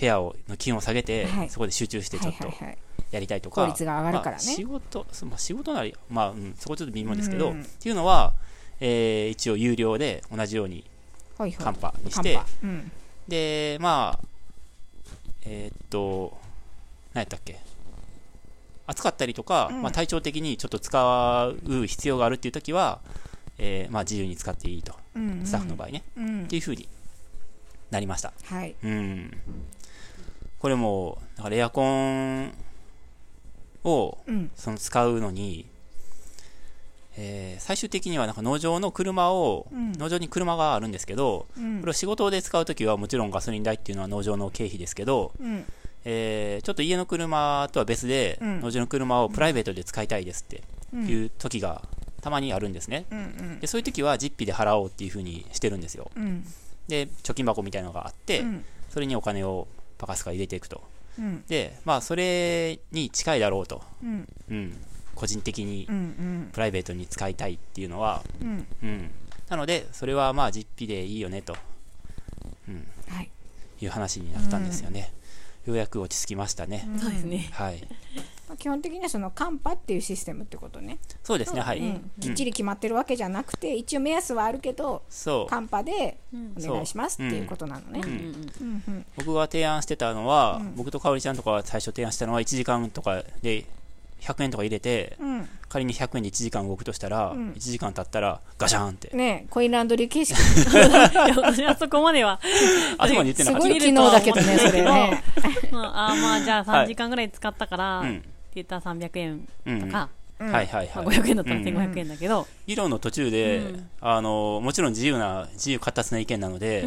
部屋をの気温を下げて、
はい
そこで集中してちょっと
はいはいはい、
やりたいとか、
効率が上がるから
まあ
ね。
仕事そうまあ、仕事なり、まあうん、そこちょっと微妙ですけど、
うん
っていうのは、えー一応有料で同じように
はいはい。
カンパにし
カン
て
パ。うん。
でまあえーっと何やったっけ暑かったりとか、
うん
まあ、体調的にちょっと使う必要があるっていう時は、えーまあ、自由に使っていいと
うんうん
スタッフの場合ね、
うん
っていうふうになりました
はい。
うんこれもだからエアコンを
うん。
その使うのにえー最終的にはなんか農場の車を、
ん
農場に車があるんですけど、
うん
これを仕事で使うときはもちろんガソリン代っていうのは農場の経費ですけど、
うん
えーちょっと家の車とは別で、
うん
農場の車をプライベートで使いたいですって
うん
いう時がたまにあるんですね。
うんうん
でそういう時は実費で払おうっていうふうにしてるんですよ。
うん
で、貯金箱みたいなのがあって、
うん
それにお金をパカスカ入れていくと。
うん
で、まあ、それに近いだろうと。
うん
うん。個人的に
うんうん
プライベートに使いたいっていうのは、
うん
うん。なので、それはまあ、実費でいいよねと。うん。
はい。
いう話になったんですよね。ようやく落ち着きましたね。
そうですね。
はい。
まあ基本的にはそのカンパっていうシステムってことね、
そうですね、はい。
う
うんん
きっちり決まってるわけじゃなくて一応目安はあるけど
そう。
カンパで
うん
お願いしますっていうことなのね
う
うんん
うんうん
僕が提案してたのは、僕と香織ちゃんとかが最初提案したのは1時間とかで100円とか入れて、
うん
仮に100円で1時間動くとしたら、1時間経ったらガシャーンって、
ねえコインランドリー形式
いや私 はそこまでは、
あそこまで言って
す
なか
ご
っ
い機能だけどね、それね。
まあ、あーまあじゃあ
は
3
い
時間ぐらい使ったから、
うん
って言ったら300円とか、
た、はいはい
ま
は
あ、
い、
500円だったら
うん
1500円だけど、
議論の途中で、
うん
あのもちろん自由な自由闊達な意見なので、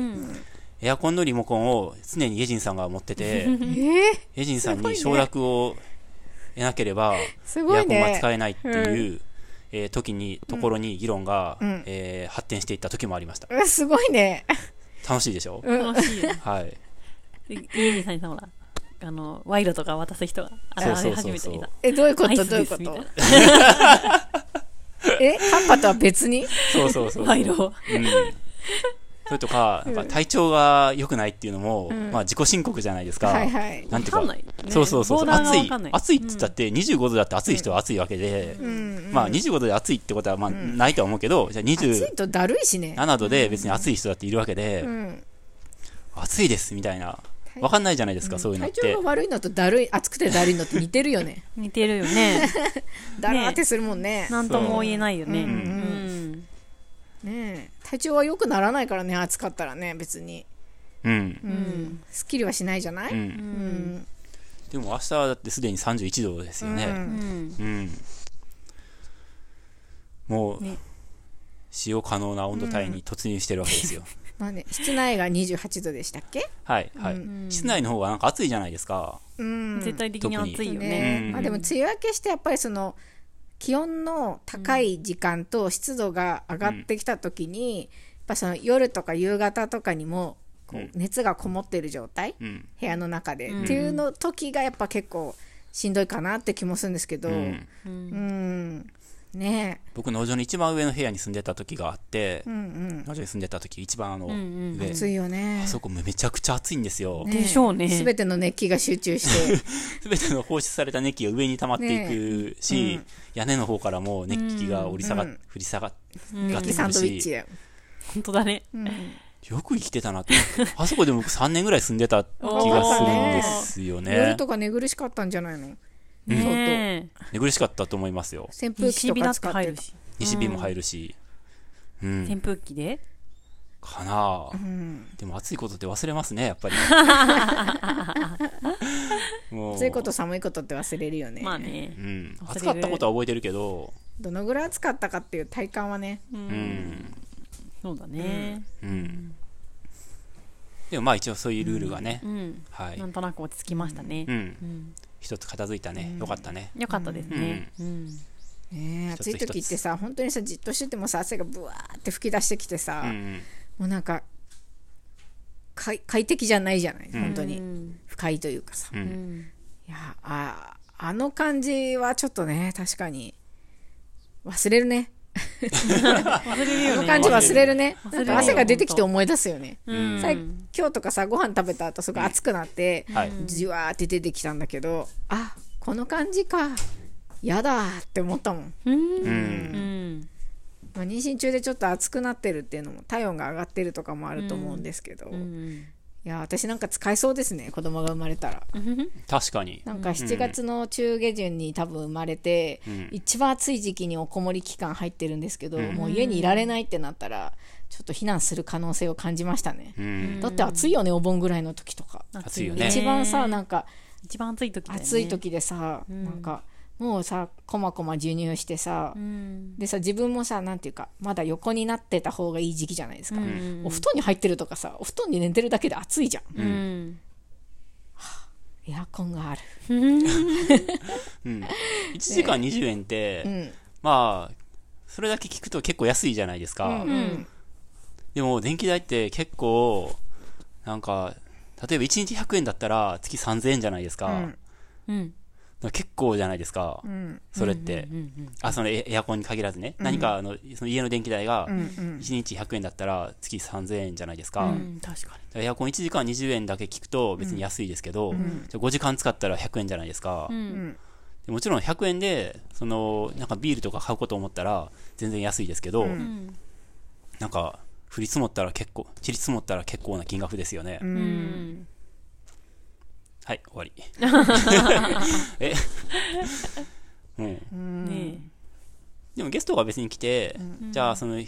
エアコンのリモコンを常にイェジンさんが持っててイェジンさんに承諾を得なければ、
す
エ
ご
ア
い
コンが
ね。
使えないっていう、えー時にところに議論が、
ん
えー発展していった時もありました
うんすごいね。
楽しいでしょ、
楽しいよね。
はい
で家にさんにさ、ほら、あの、賄賂とか渡す人が現れ始めて
そうそうそう
き
そう
た。
え、どういうこ
アイ
と
ス
どうい
で
うこ
すみたい
と
な。
え、カンパとは別に
そうそ うそう
賄賂を。
うんそれとか、なんか体調が良くないっていうのも、まあ自己申告じゃないですか。
はいはい。
なんていう
わか
か
んないね
そうそうそ
ボ
うそ
ーダ
う。
ーが
暑
わ
い
かんない。
暑いって言ったって、25度だって暑い人は暑いわけで、
うん。
まあ25度で暑いってことはまあないとは思うけど、じゃあ
暑い
27
とだるいしね。
度で別に暑い人だっているわけで、
うん。
暑いですみたいな。わかんないじゃないですか、そういうのっ
体
て
調が。悪いのとだるい、暑くてだるいのって似てるよね。
似てるよ ね。
だらーってするもんね。
なんとも言えないよね。
う
うんん。
ねえ体調は良くならないからね、暑かったらね、別に。
うん。
うん。すっきりはしないじゃな
う
い
ん。
うん。
でも明日だってすでに31度ですよ
う
ね。
うんん。
うん。もう
ね、
使用可能な温度帯に突入してるわけですよ。
まあね、室内が28度でしたっけ
はいはい、室内の方がなんか暑いじゃないですか、
うん。
絶対的に暑いよね。
ね
うん
まあ、でも梅雨明けしてやっぱりその気温の高い時間と湿度が上がってきた時に、やっぱその夜とか夕方とかにもこ
うん
う熱がこもってる状態、
うん
部屋の中で、っていうの時がやっぱ結構しんどいかなって気もするんですけど、う
うん
んねえ
僕農場の一番上の部屋に住んでた時があって、
うん
農場に住んでた時一番あの、
ん
う
上
ん、暑いよね
あ。そこめちゃくちゃ暑いんですよ、
でしょうね。
すべての熱気が集中 して、
すべての放出された熱気が上に溜まっていくし、屋根の方からも熱気が降り下がっ、
うん
降り下がっ
熱気サンドウィッチだよ。
本当だね。
よく生きてたなってあそこで僕3年ぐらい住んでた気がするんですよ
夜
ね
とか寝苦しかったんじゃないの
ねえ。
寝苦しかったと思いますよ
扇風機
西
と
日だ
か
って
使って
入る
る。
し。
西日も入るしうん、
扇風機で
かなあ、でも暑いことって忘れますねやっぱりもう
暑いこと寒いことって忘れるよね。
まあね
う。ん
忘れる
暑かったことは覚えてるけど
どのぐらい暑かったかっていう体感はね、
うん
そうだね。
うんでもまあ一応そういうルールがね、
うん。
はい
なんとなく落ち着きましたね
う。ん一つ片付いたね、よかったね
よかったですね。うん。
ねえ
一つ
暑い時っ
一つ
てさ本当にさじっとしててもさ汗がぶわーって吹き出してきてさ、
うん、
もうなんか快快適じゃないじゃない本当に、
うん
不快というかさ、
うん
いやああの感じはちょっとね確かに忘れるね
忘れるよね。
あの感じ忘れるね
忘れ
な
る
んか汗が出てきて思い出すよね、
うん
さい今日とかさご飯食べた後すごい暑くなって、
はい
じわーって出てきたんだけどあこの感じかやだーって思ったもん
うん。
うん
うん。
まあ、妊娠中でちょっと暑くなってるっていうのも体温が上がってるとかもあると思うんですけど、
う
い
ん。
や私なんか使えそうですね子供が生まれたら
確かに
なんか7月の中下旬に多分生まれて、一番暑い時期におこもり期間入ってるんですけど、もう家にいられないってなったらちょっと避難する可能性を感じましたね、
うん
だって暑いよねお盆ぐらいの時とか、
暑いよね
一番さなんか
一番暑い時だよね
暑い時でさ、なんか
もうさこまこま授乳してさ、
うん
でさ自分もさなんていうかまだ横になってた方がいい時期じゃないですか、
ん
お布団に入ってるとかさお布団に寝てるだけで暑いじゃん
うん
エアコンがある
1時間20円って、
ん
まあそれだけ聞くと結構安いじゃないですか、
ん
でも電気代って結構なんか例えば1日100円だったら月3000円じゃないですか,、
ん
うん
結構じゃないですか、
ん
それって、あそのエエアコンに限らずね、何かあのその家の電気代が1日100円だったら月3000円じゃないですか、
うん確か
だからエアコン1時間20円だけ聞くと別に安いですけど、じゃあ5時間使ったら100円じゃないですか、
にうん
でもちろん100円でそのなんかビールとか買うこと思ったら全然安いですけど、
うん
なんか降り積もったら結構散り積もったら結構な金額ですよね、
うん
はい終わ りえ うん
ね
でもゲストが別に来て、じゃあその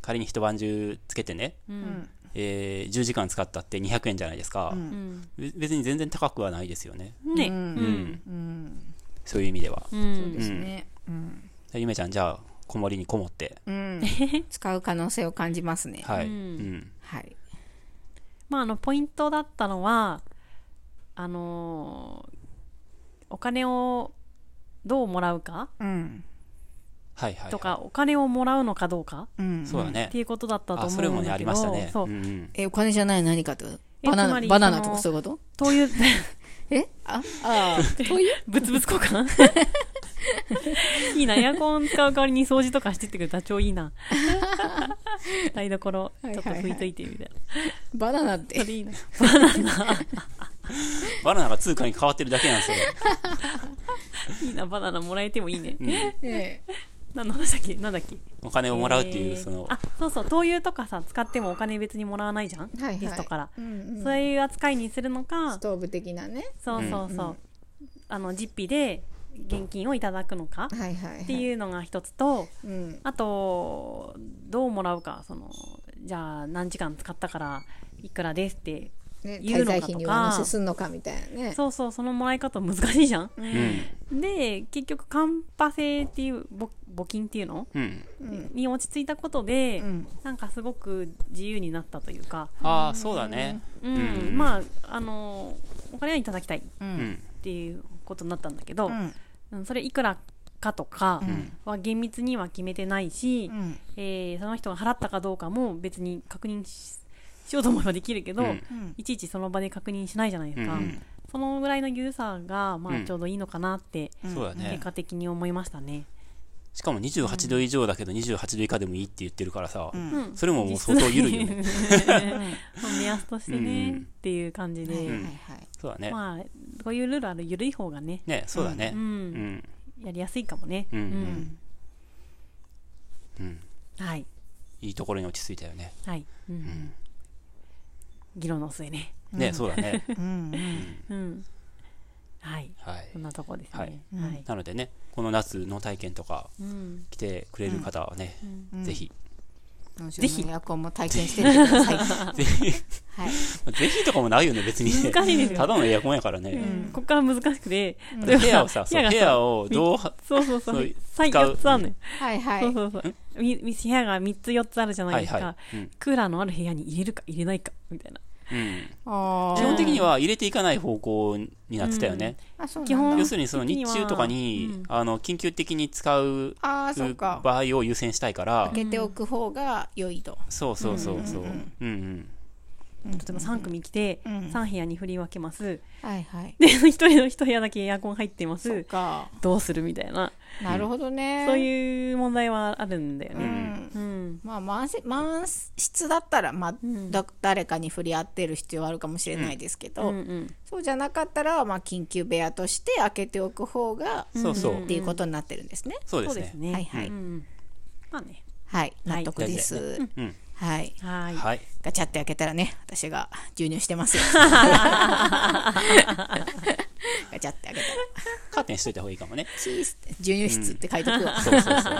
仮に一晩中つけてね、
えうん
えー10時間使ったって200円じゃないですか、
うん
べ別に全然高くはないですよね、
ね
うんそういう意味では、
うん
ですね、うん
ゆめちゃんじゃあこもりにこもって
うん、使う可能性を感じますね
はい、
う
うんん
はい、
まああのポイントだったのはあのーお金をどうもらうか
うん
はいはいはい
とかお金をもらうのかどうか
うん、
そうだね
っていうことだったと
あ
思
それ
う
も
ん
ねあ
だ
り
け
ま
ど
したね
そう
うんうん
えお金じゃない何かってこと
え
バナ
つまり
ナバナナ
そ
と
の
かそういうこと
という
えあ あーという
物々交換いいなエアコン使う代わりに掃除とかしてってくれたら超いいな台所ちょっと拭いといてみたいな
バナナって
それいいな
バナナが通貨に変わってるだけなんですよ
いいなバナナもらえてもいいね、
ね
何の話だっけ何だっけ
お金をもらうっていう、
えー
その
あそうそう灯油とかさ使ってもお金別にもらわないじゃん、
はいはい
ゲストから、
えうん
そういう扱いにするのか
ストーブ的なね
そうそうそう、あの実費で現金をいただくのかっ
はいはい、はい、
て
う、
いうのが一つと
うん、
あとどうもらうかそのじゃあ何時間使ったからいくらですって
ね、
言う
滞
のかとか
在費に上乗せすんのかみたいなね
そうそうそのもらい方難しいじゃん
うんうん
で結局カンパ制っていうぼ募金っていうの
うん
に落ち着いたことで、
ん
なんかすごく自由になったというか、
ああそうだね
うん
うん
まああのお金はいただきたいっ
うん、
ていうことになったんだけど、
ん
うんそれいくらかとかは厳密には決めてないし、
ん
えーその人が払ったかどうかも別に確認ししようと思えばできるけど、
うん
いちいちその場で確認しないじゃないですか、
うん
そのぐらいのユーザーがま
う
あ
ん
ちょうどいいのかなって、
そうだね
結果的に思いましたね。
しかも28度以上だけど28度以下でもいいって言ってるからさ、
うん
それももう相当緩いよね
目安として
うん
ねっていう感じで、
はいはいはい
そうだね、
まあこういうルールある緩い方がね
ねそうだね
う、
うんん
やりやすいかもね、
うんうん、
はい
いいところに落ち着いたよね
はい、うん議論の末ね
ね、そうだ ね
うんはい
はい
こんなとこですね
は
はいい、
なのでねこの夏の体験とか
うん、
来てくれる方はね、ぜひ、
今週
ぜひ
のエアコンも体験してみてください
ぜひ
はい
まあぜひとかもないよね別に ね
難しいですよ
ただのエアコンやからね、
ここから難しくて、
だ
例
か
えば
ら部屋をさそう
が
部屋をどう
そうそうそ
そうう
最
使う
4つあるのよ、
はいは
そう
い
そうそうみみ部屋が3つ4つあるじゃないですか、
はいはいうん
クーラーのある部屋に入れるか入れないかみたいな
うん
あ
基本的には入れていかない方向になってたよね、
あそう
基
なん
本
だ
要するにその日中とかに、
うん
あの緊急的に使う
ああそっ
場
か
合を優先したいから、
開けておく方が良いと
そうそうそうそううんうん
例えば3組来て、3部屋に振り分けます
はいはい
で1人 の1部屋だけエアコン入ってま
そっ
す
か
どうするみたいな
なるほどね
そういう問題はあるんだよね。うん。
まあ満せ満室だったらまあだ誰かに振り合ってる必要はあるかもしれないですけ
うんう
ど
ん。
そうじゃなかったらまあ緊急部屋として開けておく方が
そうそう、
っていうことになってるんですね
そうで
そう
す
です
ね
ね。
はいはい
うんまあね。
はい納得です
うん
はい
はい。
はい
ガチャって開けたらね私が授乳してますよガチャって開けたら
カーテンしといた方がいいかもね
チーズって授乳室って書いとくわ、
そうそうそう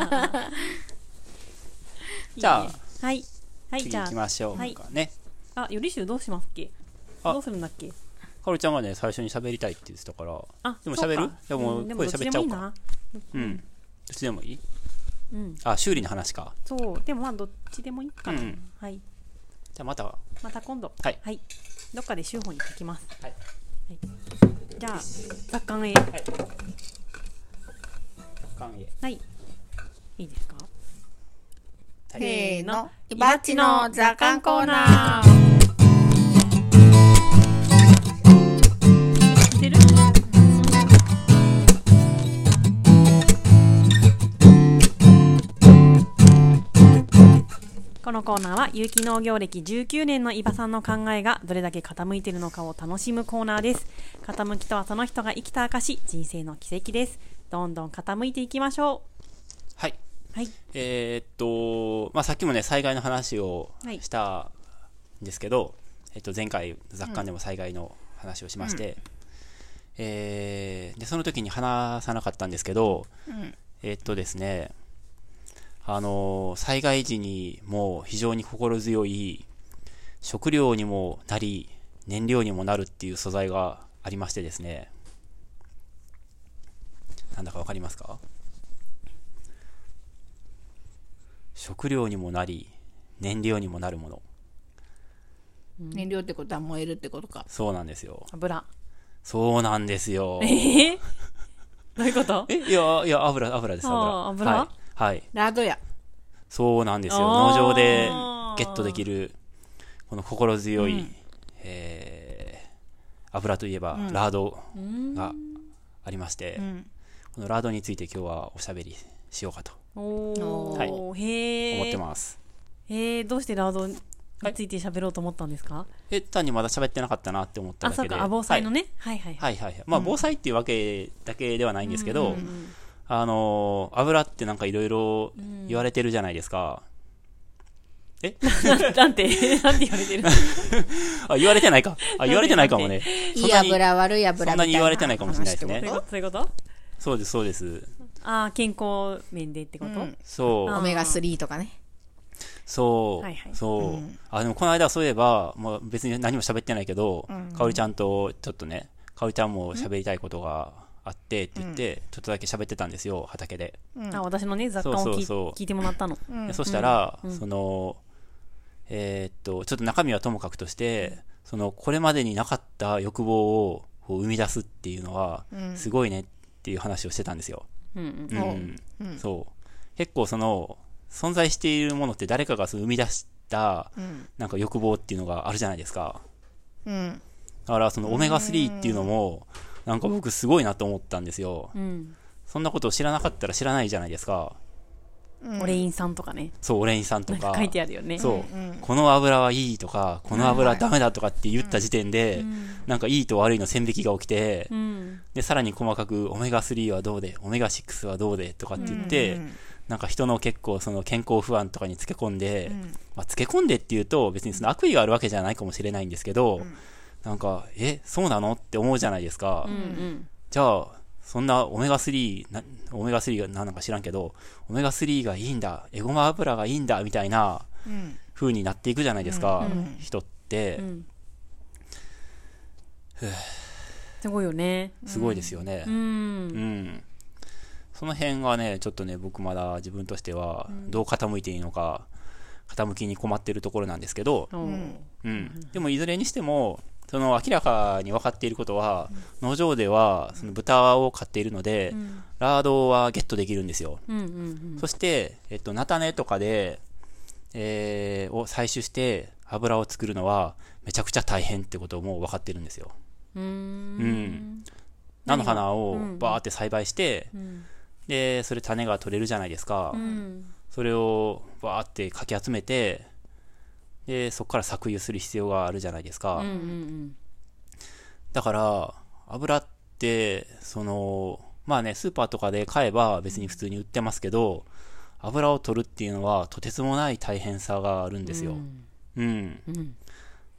じゃあ
はい。はい、
次
じゃ
行き
あ
ましょうかね、
あ、よりしゅうどうしますっけ
あ
どうするんだっけ
かおりちゃんがね、最初に喋りたいって言ってたから、
あ
でも喋る
そうか
でも
うんでも
声
どっち
喋
で
っ
も
ち
い
ゃお
いう
か。
な
うん。どっちでもいい
うん
あ、修理の話か。
そうでもまあどっちでもいいかな、
うんうん
はい
じゃあまた、
また今度
はい
どっかで週報に書きます
はい
はいじゃあ雑感へ
歓迎。
はいいいですか
せーの、
イ
イ
バ
バ
ッ
ッ
チ
チ
の
の
雑
雑
感
感
コ
コ
ー
ー
ナ
ナ
ー
ー。
知ってるこのコーナーは有機農業歴19年の伊庭さんの考えがどれだけ傾いているのかを楽しむコーナーです傾きとはその人が生きた証人生の奇跡ですどんどん傾いていきましょ
はい。
うはい
えーっと、まあ、さっきもね、災害の話を
はい
したんですけど、えっと、前回、雑感でも災害の話をしまして、えーで、その時に話さなかったんですけど、えーっとですね、あのー災害時にも非常に心強い、食料にもなり、燃料にもなるっていう素材がありましてですね、なんだかわかりますか食料にもなり燃料にもなるもの
燃料ってことは燃えるってことか。
そうなんですよ
油
そうなんですよ
えー、 どういうこと
えいやいや油油です
あー油
油はい、はい、
ラードや。
そうなんですよ
あー
農場でゲットできるこの心強い、えー油といえば、ラードがありまして、
ん
このラードについて今日はおしゃべりしようかと
おー、
は
へえ
思ってます、
えー、どうしてラードについて喋ろうと思ったんですか、
え単にまだ喋ってなかったなって思った
あ、
だ
そう
けで
か、あ防災の
はい
ね。はいはいはい。
はいはいはい。まあ、防災っていうわけだけではないんですけど、あのー油ってなんかいろいろ言われてるじゃないですか。
なんて、なんて言われてるの
あ、言われてないか。あ、言われてないかもね。
い
そん
い
なに
油、悪い油みたいな。
そんなに言われてないかもしれないですね
そういうことそういうこと
そうです、そうです。
あー健康面でってこと、
うん
そう。
オメガ3とかね。
そう、
はいはい
そう、あでもこの間そういえば、まあ、別に何も喋ってないけど、かおりちゃんとちょっとねかおりちゃんも喋りたいことがあってって言って、ちょっとだけ喋ってたんですよ畑で、
あ私のね、雑感を聞
そうそうそう
聞いてもらったの。
でそしたら、そのえーっとちょっと中身はともかくとして、そのこれまでになかった欲望をこう生み出すっていうのは、すごいねっていう話をしてたんですよ、
うんうん
うんそう結構その存在しているものって誰かがそう生み出したなんか欲望っていうのがあるじゃないですか
うん。
だからそのオメガ3っていうのもなんか僕すごいなと思ったんですよ
うん。
そんなことを知らなかったら知らないじゃないですか
オレイン酸とかね。
そうオレインさんとか
書いてあるよね。
そう、この油はいいとか、この油はダメだとかって言った時点で、なんかいいと悪いの線引きが起きて、
うん。
で、さらに細かく、オメガ3はどうで、オメガ6はどうでとかって言って、なんか人の結構その健康不安とかにつけ込んで、まあ、つけ込んでっていうと、別にその悪意があるわけじゃないかもしれないんですけど、なんか、え、そうなのって思うじゃないですか。
うんうん。
じゃあ、そんなオメガ3、なオメガ3が何なのか知らんけど、オメガ3がいいんだ、エゴマ油がいいんだ、みたいな風になっていくじゃないですか、人って、
うん。すごいよね。
すごいですよね
う。
うん。
ん。
その辺がね、ちょっとね、僕まだ自分としては、どう傾いていいのか、傾きに困ってるところなんですけど、
おー
うん、でもいずれにしてもその明らかに分かっていることは、農場ではその豚を飼っているので、ラードはゲットできるんですよ、
うんうんうん。
そして、えっと、菜種とかで、えーを採取して油を作るのはめちゃくちゃ大変ってことをもう分かってるんですよ
うーん。
うん菜の花をバーって栽培して、
ん
でそれ種が取れるじゃないですか、
うん。
それをバーってかき集めてでそこから搾油する必要があるじゃないですか、
うんうん
だから、油って、その、まあね、スーパーとかで買えば別に普通に売ってますけど、油を取るっていうのはとてつもない大変さがあるんですよ。うん。
ん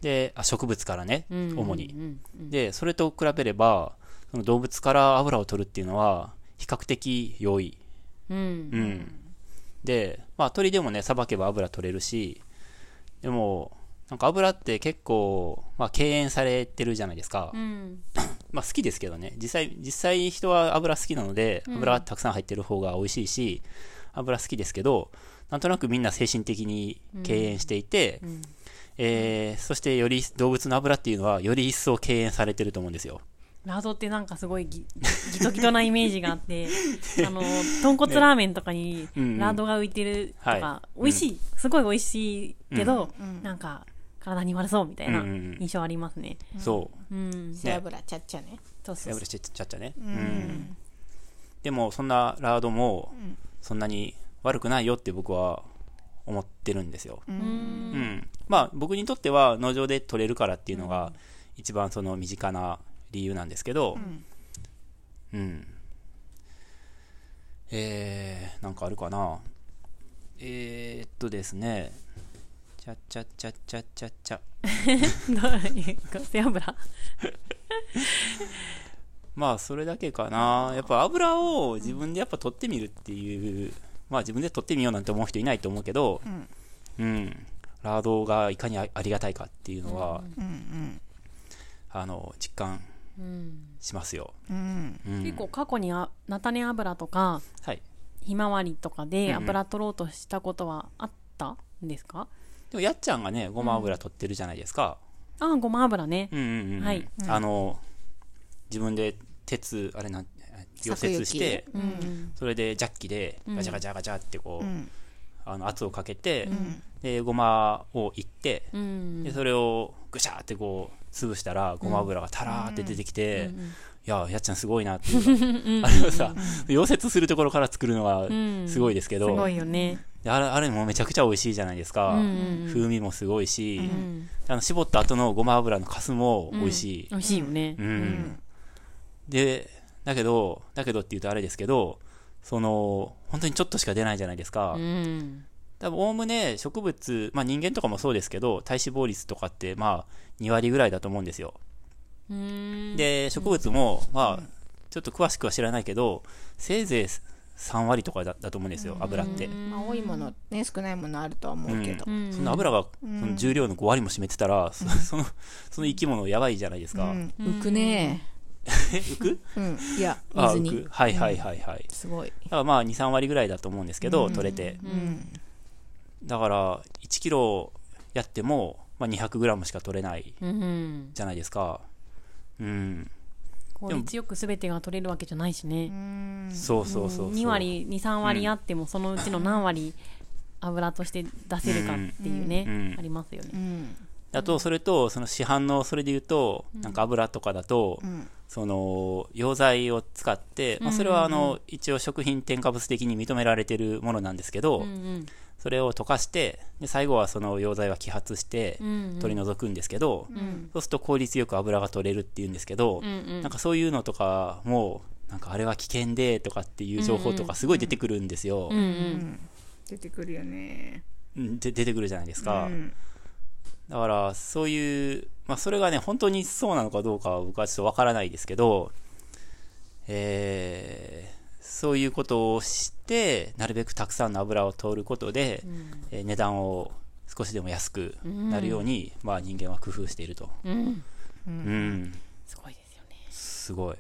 であ、植物からね、
うん。
主
う
に。
ん
で、それと比べれば、その動物から油を取るっていうのは比較的容易。
うん。うん
う。ん。で、まあ鳥でもね、さばけば油取れるし、でも、なんか油って結構、まあ、敬遠されてるじゃないですか。
うん。
まあ好きですけどね。実際、実際人は油好きなので、油たくさん入ってる方が美味しいし、油好きですけど、なんとなくみんな精神的に敬遠していて、えーそしてより動物の油っていうのは、より一層敬遠されてると思うんですよ。
謎ってなんかすごいギギトギトなイメージがあっ て、あの、豚骨ラーメンとかに
うんうん
ラードが浮いてるとか
は、い
美味しい、すごい美味しいけど、なんか体に悪そうみたいな
うんうん
印象ありますね。
そう。
うん。
背脂ちゃっちゃね
そうそう
やぶ
そう
れ。ちゃちゃっちゃね。うん。でも、そんなラードも、そんなに悪くないよって僕は思ってるんですよ。
うん。
うん、まあ僕にとっては農場で取れるからっていうのが一番その身近な理由なんですけどうん、えー、なんかあるかなえー、っとですねちゃっちゃっちゃっちゃっちゃっちゃ
どれ 背脂
まあそれだけかなやっぱ油を自分でやっぱ取ってみるっていう、まあ自分で取ってみようなんて思う人いないと思うけどうん、ラードがいかにあありがたいかっていうのは、あの実感しますよ、うん
結構過去にあ菜種油とか
はい
ひまわりとか
うん
で
うん
油取ろうとしたことはあったんですか、
でもやっちゃんがねごま油取ってるじゃないですか、
ああごま油ね、
うんうんうん
はい
あの自分で鉄あれなん溶接して
うん
それでジャッキでガチャガチャガチャってこう、あの圧をかけて、でごまをいって、
うん
でそれをぐしゃーってこう潰したらごま油がたらーって出てきて、いやーやっちゃんすごいなっていうかあれをさ溶接するところから作るのは
ん
すごいですけ
す
ど、
ごいよね、
であれあれもめちゃくちゃ美味しいじゃないですか、
うん
風味もすごいし、
うん、
あの絞った後のごま油のかすも美味しい、
美味しいよね、
うんでだけどだけどって言うとあれですけどその本当にちょっとしか出ないじゃないですか、
うん
多分おおむね植物、まあ、人間とかもそうですけど体脂肪率とかってまあ2割ぐらいだと思うんですよ
うん
で植物もまあちょっと詳しくは知らないけどせいぜい3割とかだだと思うんですよ油って、
まあ多いものね少ないものあるとは思うけど
うんその油がその重量の5割も占めてたら、そそのその生き物やばいじゃないですか、
うん浮くね
え浮く
うんいや
あ浮
水に
くはいはいはいはい、
すごい
だからまあ23割ぐらいだと思うんですけど、取れて、だから1キロやっても、まあ、200グラムしか取れない
うん、
じゃないですかうん、
効率よく全てが取れるわけじゃないしね、
そうそうそうそう
2割23割あってもそのうちの何割油として出せるかっていうね、
うんうん
ありますよね、
あとそれとその市販のそれで言うと、なんか油とかだと、その溶剤を使って、まあ、それはあの一応食品添加物的に認められてるものなんですけど、
うん
それを溶かしてで最後はその溶剤は揮発して
ん
取り除くんですけど、そうすると効率よく油が取れるっていうんですけど、
ん
なんかそういうのとかもなんかあれは危険でとかっていう情報とかすごい出てくるんですよ、
うんうん
出てくるよね
うんで出てくるじゃないですか、だからそういう、まあ、それがね本当にそうなのかどうかは僕はちょっとわからないですけど、えーそういうことをしてなるべくたくさんの油を取ることで、えー値段を少しでも安くなるように、まあ、人間は工夫していると、
うん
うん、
すごいですよね、
すごい、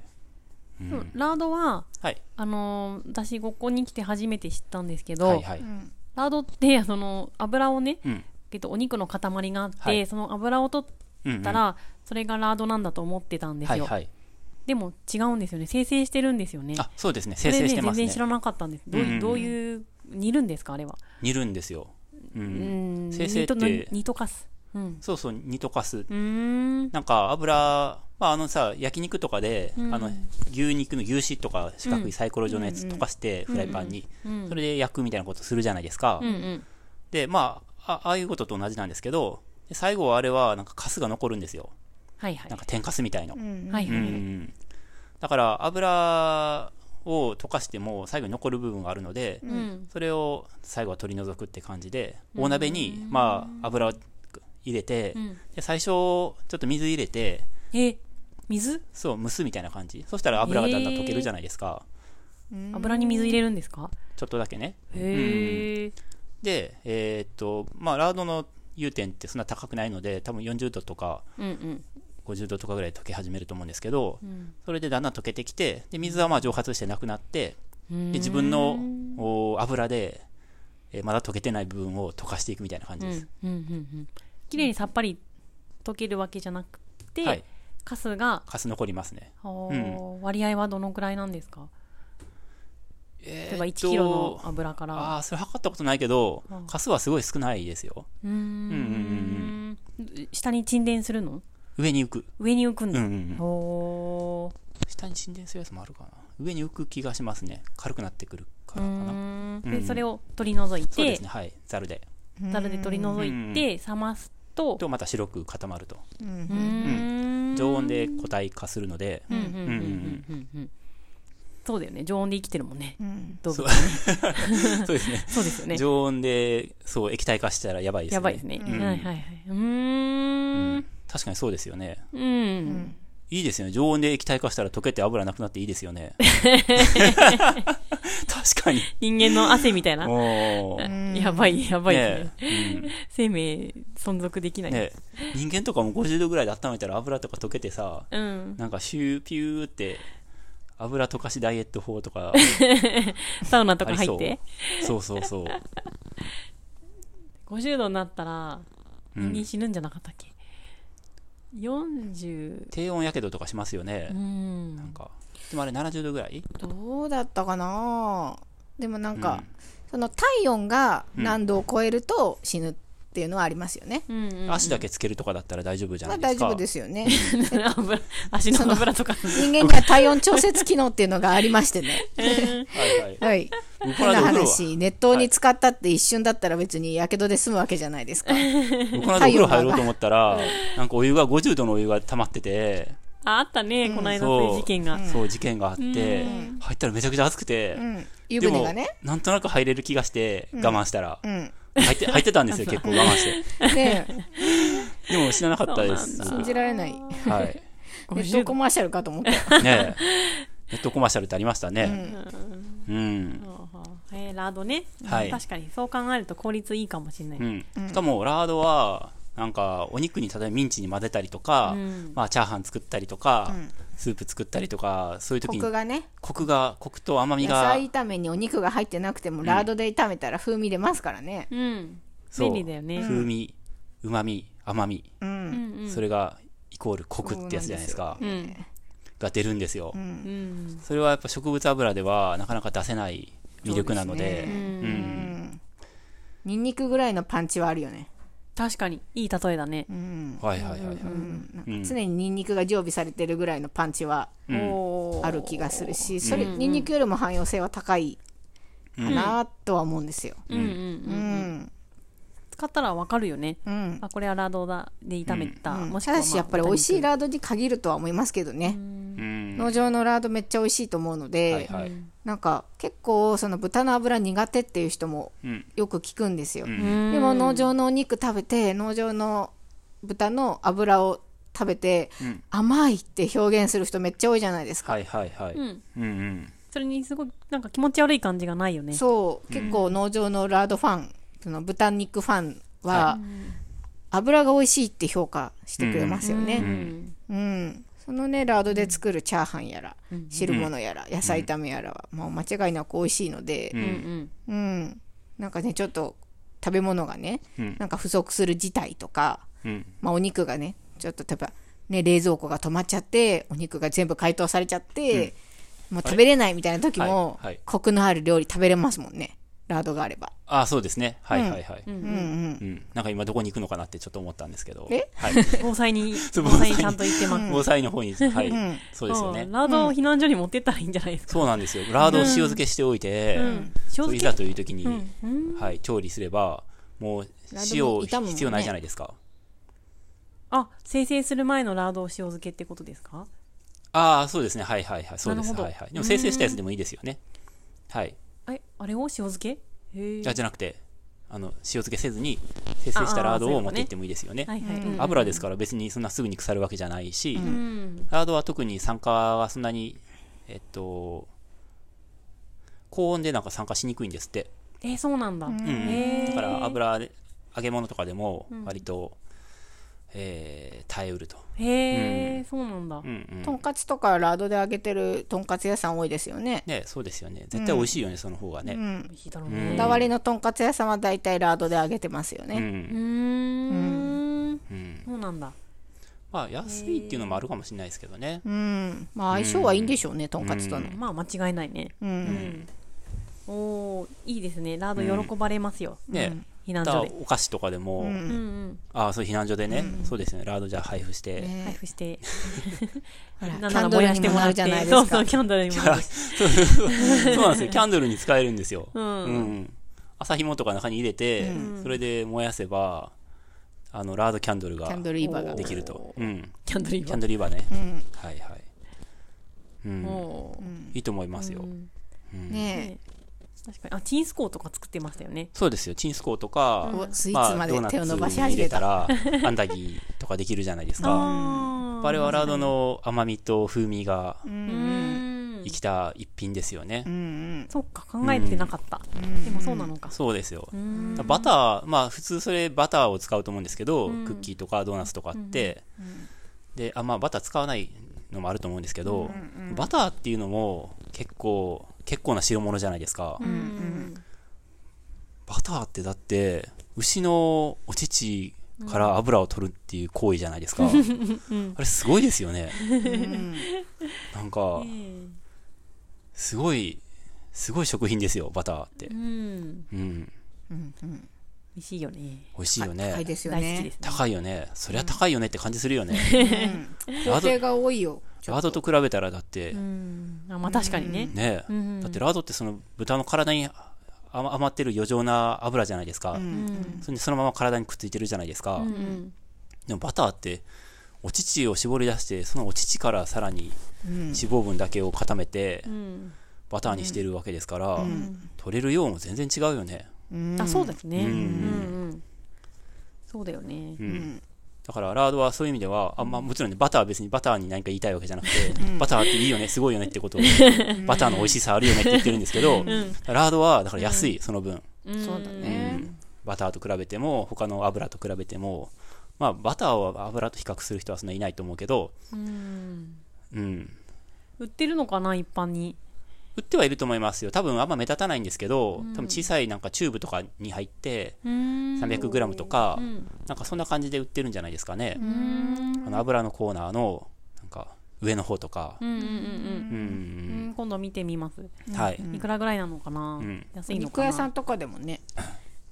うん
でもラードは
はい、
あのー私ここに来て初めて知ったんですけど、
はいはい
ラードって その油をね、
うん
えっと、お肉の塊があって、
はい
その油を取
うん
ったら、それがラードなんだと思ってたん
うん
です
はい
よ、
はい
でも違うんですよね生成してるんですよね
あそうですね
そ
生
れ
成
ね
してますね
全然知らなかったんですどう,、
うんうん
どういう煮るんですかあれは
煮るんですよ、うん
うん
生成っ
煮と
て
煮とかすうん
そうそう煮溶かす
うーん
なんか油、まあ、あのさ焼肉とかで、あの牛肉の牛脂とか四角いサイコロ状のやつ溶かしてフライパンに、それで焼くみたいなことするじゃないですか、
うんうん
でまああああいうことと同じなんですけどで最後はあれはなんかカスが残るんですよ
はいはい
なんか天かすみたいの、うん
はいはい、
だから油を溶かしても最後に残る部分があるので、
うん
それを最後は取り除くって感じで大鍋に、まあ、油を入れて、で最初ちょっと水入れて
え水
そう蒸すみたいな感じそしたら油がだんだん溶けるじゃないですか、
油に水入れるんですか
ちょっとだけね
へえ
でえーっとまあラードの融点ってそんな高くないので多分40度とか
うんうん
50度とかぐらいで溶け始めると思うんですけど、それでだんだん溶けてきてで水はまあ蒸発してなくなってで自分のお油で、えーまだ溶けてない部分を溶かしていくみたいな感じ
うんう
で
ん
す、
うんうん綺麗にさっぱり溶けるわけじゃなくて、
はい
カスが
カス残りますね
おー割合はどのくらいなんですか
え
例えば1キロの油から
ああーそれ測ったことないけど
うん
カスはすごい少ないですよ
うーん下に沈殿するの
上に浮く
上に浮くん
うんう
だ、
んうん
おー
下に沈殿するやつもあるかな上に浮く気がしますね軽くなってくるからかな
うーん
う
で
ん
それを取り除い
そうで
て
すねはいざるで
ざる、で取り除いて冷ますと
とまた白く固まると
う
うんーん
常温で固体化するので、
うんうんうんうんうんうんそうだよね常温で生きてるもんね
うん
動物
そう
はね
そうですね
そうですよね
常温でそう液体化したらやばいですね
やばいですね、
うん
はいはいはいうーん
確かにそうですよね
うん、
いいですよね常温で液体化したら溶けて油なくなっていいですよね 確かに
人間の汗みたいな
おー
やばいやばいですね
ねえうん
生命存続できない、
ねえ人間とかも50度ぐらいで温めたら油とか溶けてさ
うん
なんかシューピューって油溶かしダイエット法と か
サウナと
あ
か
り
入
そ
っ
う
て
そうそうそう
50度になったら
う
人
ん
間死ぬんじゃなかったっけ、40
低温やけどとかしますよね、
うん
なんかでもあれ70度ぐらい
どうだったかなでもなん
う
か
ん、
その体温が何度を超えると死ぬっていうのはありますよね、
うんうん、
足だけつけるとかだったら大丈夫じゃ
ま
な
あ
いです
大
か、
丈夫ですよね
油 足の油とか
人間には体温調節機能っていうのがありましてね
はいはい
はい
僕
変
ら
な
のお風呂
話熱湯に使ったって一瞬だったら別にやけどで済むわけじゃないですか
僕らのお風呂入ろうと思ったらなんかお湯が50度のお湯が溜まってて
ああったね、この間そういう事件が、
そう事件があって入ったらめちゃくちゃ暑くて
うん湯船がね
でもなんとなく入れる気がして我慢したら
うん
入って入ってたんですよ結構我慢して
ねえ
でも知らなかったです
信じられない
僕はい
ネットコマーシャルかと思った
ねえネットコマーシャルってありましたねうん
えーラードね、
はい
確かにそう考えると効率いいかもしれない、
うんしかもラードはなんかお肉に例えばミンチに混ぜたりとか
うん
まあチャーハン作ったりとかスープ作ったりとかそういう時
コ
に
クがね
コクがコクと甘み
野
が
菜炒めにお肉が入ってなくてもラードで炒めたら風味出ますからね
うん
そう
便利だよね
風味うまみ甘み、
う
うんんうん
それがイコールコクってやつじゃないですか
うん
が出るんですよ、
うん
それはやっぱ植物油ではなかなか出せない魅力なので
そうですね
う
うんんニンニクぐらいのパンチはあるよね
確かにいい例えだね
う、ん
はいはいはいはい、
うんなんか
うん
常にニンニクが常備されてるぐらいのパンチは
うん
おー
ある気がするしそれニンニクよりも汎用性は高いかなとは思うんですよ
うんうんう
うんん
使ったらわかるよね
うん
あこれはラードだで炒めた、もしく
た
は、ま
だ
あ
しやっぱり美味しい
豚
ラードに限るとは思いますけどね
うん
農場のラードめっちゃ美味しいと思うので、
はいはい、
なんか結構その豚の脂苦手っていう人も
うん
よく聞くんですよ、
ん
肉
でも農場のお肉食べて農場の豚の脂を食べて、
うん
甘いって表現する人めっちゃ多いじゃないですか、
はいはいはい、うん
うん
うんうん
それにすごいなんか気持ち悪い感じがないよね
そう結構農場のラードファンその豚肉ファンは、油が美味しいって評価してくれますよね、
うん
うん、そのねラードで作るチャーハンやら、汁物やら野菜炒めやらは、もう間違いなく美味しいので
うんうん
うん、なんかねちょっと食べ物がね、
うん
なんか不足する事態とか、
うん
まあ、お肉がねちょっと例えば、ね、冷蔵庫が止まっちゃってお肉が全部解凍されちゃって、もう食べれないみたいな時も、
はいはい
コクのある料理食べれますもんねラードがあれば
ああそうですねはいはいはい、うん
うんうん
なんか今どこに行くのかなってちょっと思ったんですけど
え
はい、
防災に
う
防災にちゃんと行ってます、
防災の方にはい、そうですよ
う
ね
んラードを避難所に持ってったらいいんじゃないですか、
そうなんですよラードを塩漬けしておいて、
正
そう
直
いざという時に、
うん
はい、調理すればもう
ラー
塩
ドも炒むもんね
必要ないじゃないですか、
あ生成する前のラードを塩漬けってことですか
ああそうですねはいはいはいそうで
な
す
るほど
はいはいでも生成したやつでもいいですよねはい
えあれを塩漬けへえ
あじゃなくてあの塩漬けせずに生成したラードを持っていってもいいですよね
はいはい、うん
油ですから別にそんなすぐに腐るわけじゃないし、
うん
ラードは特に酸化はそんなにえっと高温でなんか酸化しにくいんですって、
えそうなんだ、
うん
へー
だから油で揚げ物とかでも割と、えー耐えうると、
へえ、そうなんだ。
うんうん
とんかつとかラードで揚げてるとんかつ屋さん多いですよね
ねそうですよね絶対美味しいよね、その方が
う
ね
ん
美味しいだろう
う
こ
ね。
ん
だわりのとんかつ屋さんは大体ラードで揚げてますよ
うん、う
ね、
うー
ん
ん。そうなんだ。
まあ安いっていうのもあるかもしれないですけどね、
うんまあ相性はいいんでしょうね、とんかつとの
まあ間違いないね。
うん、
おおいいですね。ラード喜ばれますよ。
ね、
避難
また
所で。
お菓子とかでも、
うんうん。
ああそう避難所でね、そうですよねラードじゃあ配布して、
配布して、
ほら
なん
キ
な
ャ
ら
ンド
燃
ル
やし
に
て
も
も
な
らって
るじゃない。です
そ
か
うそう、キャンドルにもなるし。
そうなんですよキャンドルに使えるんですよ、
うん
うんうん朝紐とか中に入れて、それで燃やせばあのラードキャンドルが
キャンドルイバーが
できると、うん、
キャンドル
キ
今
ャンドルイバーね、はいはい、うん
おー
いいと思いますよ、
ね
確かに。あ、チンスコーとか作ってましたよね。
そうですよチンスコーとか、
おスイーツまで手を伸ばし始めた,、
まあドーナツに入れたらアンダギーとかできるじゃないです か
あ
あれはラードの甘みと風味が
うーん
生きた一品ですよね、
そっか、考えてなかった。でもそうなのか。
そうですよバターまあ普通それバターを使うと思うんですけど、クッキーとかドーナツとかって、であまあバター使わないのもあると思うんですけど、バターっていうのも結構結構な代物じゃないですか、バターってだって牛のお乳から油を取るっていう行為じゃないですか、あれすごいですよね、なんかすごいすごい食品ですよバターって
うん。
うん
美味しいよね。
美味しいよね
高いですよ
大好きで
ね
す。
高いよねそりゃ高いよねって感じするよね、
工程が多いよ
ラードと比べたらだって、
うん。あまあ確かにね。
ね、だってラードってその豚の体に余余ってる余剰な油じゃないですか、それでそのまま体にくっついてるじゃないですか、
うん。
でもバターってお乳を絞り出してそのお乳からさらに脂肪分だけを固めて
うん
バターにしてるわけですから、取れる量も全然違うよね、
あそうですね。
う
うんんうんそうだよね。
うんだからラードはそういう意味ではあんまあもちろんねバターは別にバターに何か言いたいわけじゃなくて、バターっていいよねすごいよねってことをバターの美味しさあるよねって言ってるんですけど、ラードはだから安いその分、
そうだ
う
ね
んバターと比べても他の油と比べてもまあバターを油と比較する人はそんないないと思うけど、うん、
売ってるのかな一般に。
売ってはいると思いますよ多分あんま目立たないんですけど、多分小さいなんかチューブとかに入って
うーん
300g とか、
ん
なんかそんな感じで売ってるんじゃないですかね、あの油のコーナーのなんか上の方とか、
うんうんうん
うん
うんうん。今度見てみます。
はい、
いくらぐらいなのかな
うん。
安いの
肉
かな。
屋さんとかでもね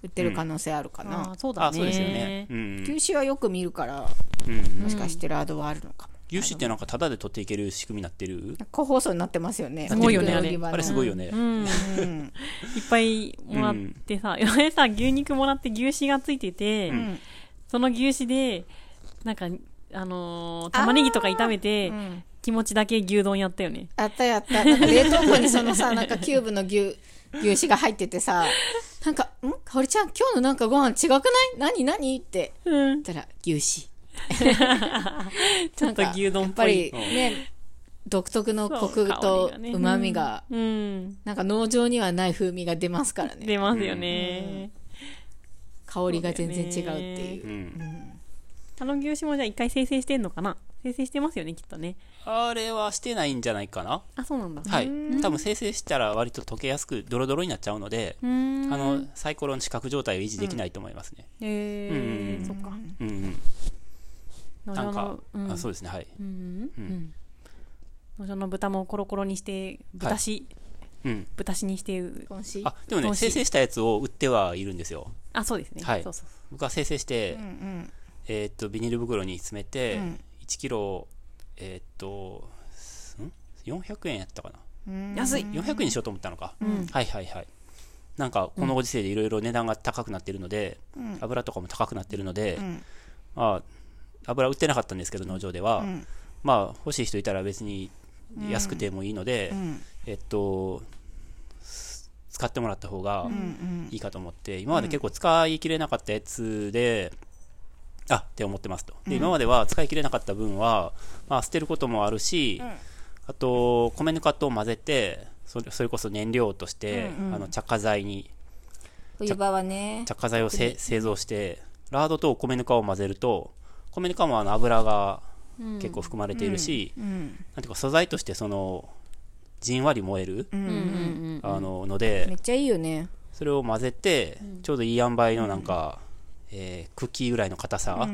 売ってる可能性あるかな、
あーそうだ
あ
ね。
そうですよね、うん
牛脂はよく見るから
うんうん、
もしかしてラードはあるのかも
牛脂ってなんかタダで取っていける仕組みになってる
個包装になってますよね
すごいよね
お肉の売り場の
あれすごいよね、
うん。いっぱいもらってさ、いわゆる さ牛肉もらって牛脂がついてて、
ん
その牛脂でなんかあのー玉ねぎとか炒めて、
ん
気持ちだけ牛丼やったよね。
あったやったなんか冷凍庫にそのさなんかキューブの牛牛脂が入っててさなんか「んかおりちゃん今日のなんかご飯違くない何何?」って
うん。
言ったら「牛 脂」
ちょっと牛丼っぽい
なんかやっぱりね独特のコク
そう
と
香りがね
うまみが
うん。
なんか農場にはない風味が出ますからね
出ますよね。
香りが全然違うっていう
う。ん、
あの牛脂もじゃあ一回生成してんのかな生成してますよね、きっとね。
あれはしてないんじゃないかな、
あ、そうなんだ。
はい多分生成したら割と溶けやすくドロドロになっちゃうので、
うーん。
あのサイコロの四角状態を維持できないと思いますね
え
うん
ー、そっか。
うん、うん
農
な
場
んか
の、、うん
あそうですねはい、
うんうん農場の豚もコロコロにして、豚し、
うん、
豚しにして、
今週
あでもね
美味しい
生成したやつを売ってはいるんですよ
あ、そうですね。
はい
そうそうそ
僕は生成して、
ん
えーっとビニール袋に詰めて、
ん
1キロえーっとすん400円やったかな
う。安い。
400円にしようと思ったのか、はいはいはいなんかこのご時世でいろいろ値段が高くなってるので、油とかも高くなってるので、まあ油売ってなかったんですけど農場では、まあ欲しい人いたら別に安くてもいいので、えっとす使ってもらった方がいいかと思って、今まで結構使い切れなかったやつで、あって思ってますとで今までは使い切れなかった分は、まあ、捨てることもあるし、あと米ぬかと混ぜてそれそれこそ燃料として、あの着火剤に
冬場はね
着火剤をせ製造してラードと米ぬかを混ぜると米ぬかもあの油が結構含まれているし、なんていうか素材としてそのじんわり燃える、あのの
め
で
っちゃいいよね
それを混ぜてちょうどいい塩梅のなんか、えー茎ぐらいの硬さ、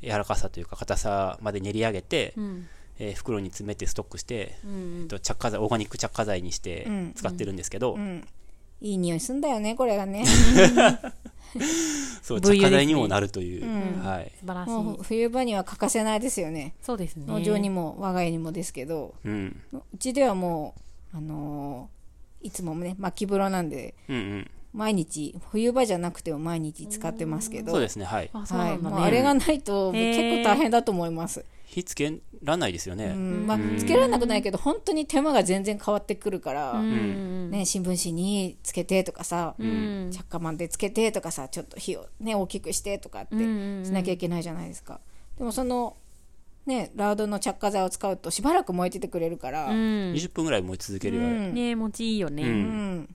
柔らかさというか硬さまで練り上げて、
ん
えー袋に詰めてストックして、えっと、着火剤オーガニック着火剤にして使ってるんですけど、
いい匂いすんだよねこれがね
そう
ブ
着
イユ
火
ですね
剤にもなるという、はい、
素晴らし
も。
いう
冬場には欠かせないですよね
そうですね。
農場にも我が家にもですけど
うん、
うちではもうあのーいつもね薪風呂なんで
うんうん
毎日冬場じゃなくても毎日使ってますけど
そうですねはい
あ、そう
は、
ないんだ
も
ね。
うあれがないと
へー
結構大変だと思います、
火つけらんないですよね、
うんまあ、つけられなくないけど本当に手間が全然変わってくるから、
うん
ね、新聞紙につけてとかさ、
ん
着火板でつけてとかさちょっと火を、ね、大きくしてとかって
うんうんうん
しなきゃいけないじゃないですか、でもその、ね、ラードの着火剤を使うとしばらく燃えててくれるから、
う
うん
ん。
20分ぐらい燃え続けるよ、ね
ね持ちいいよ
う
ね。
ん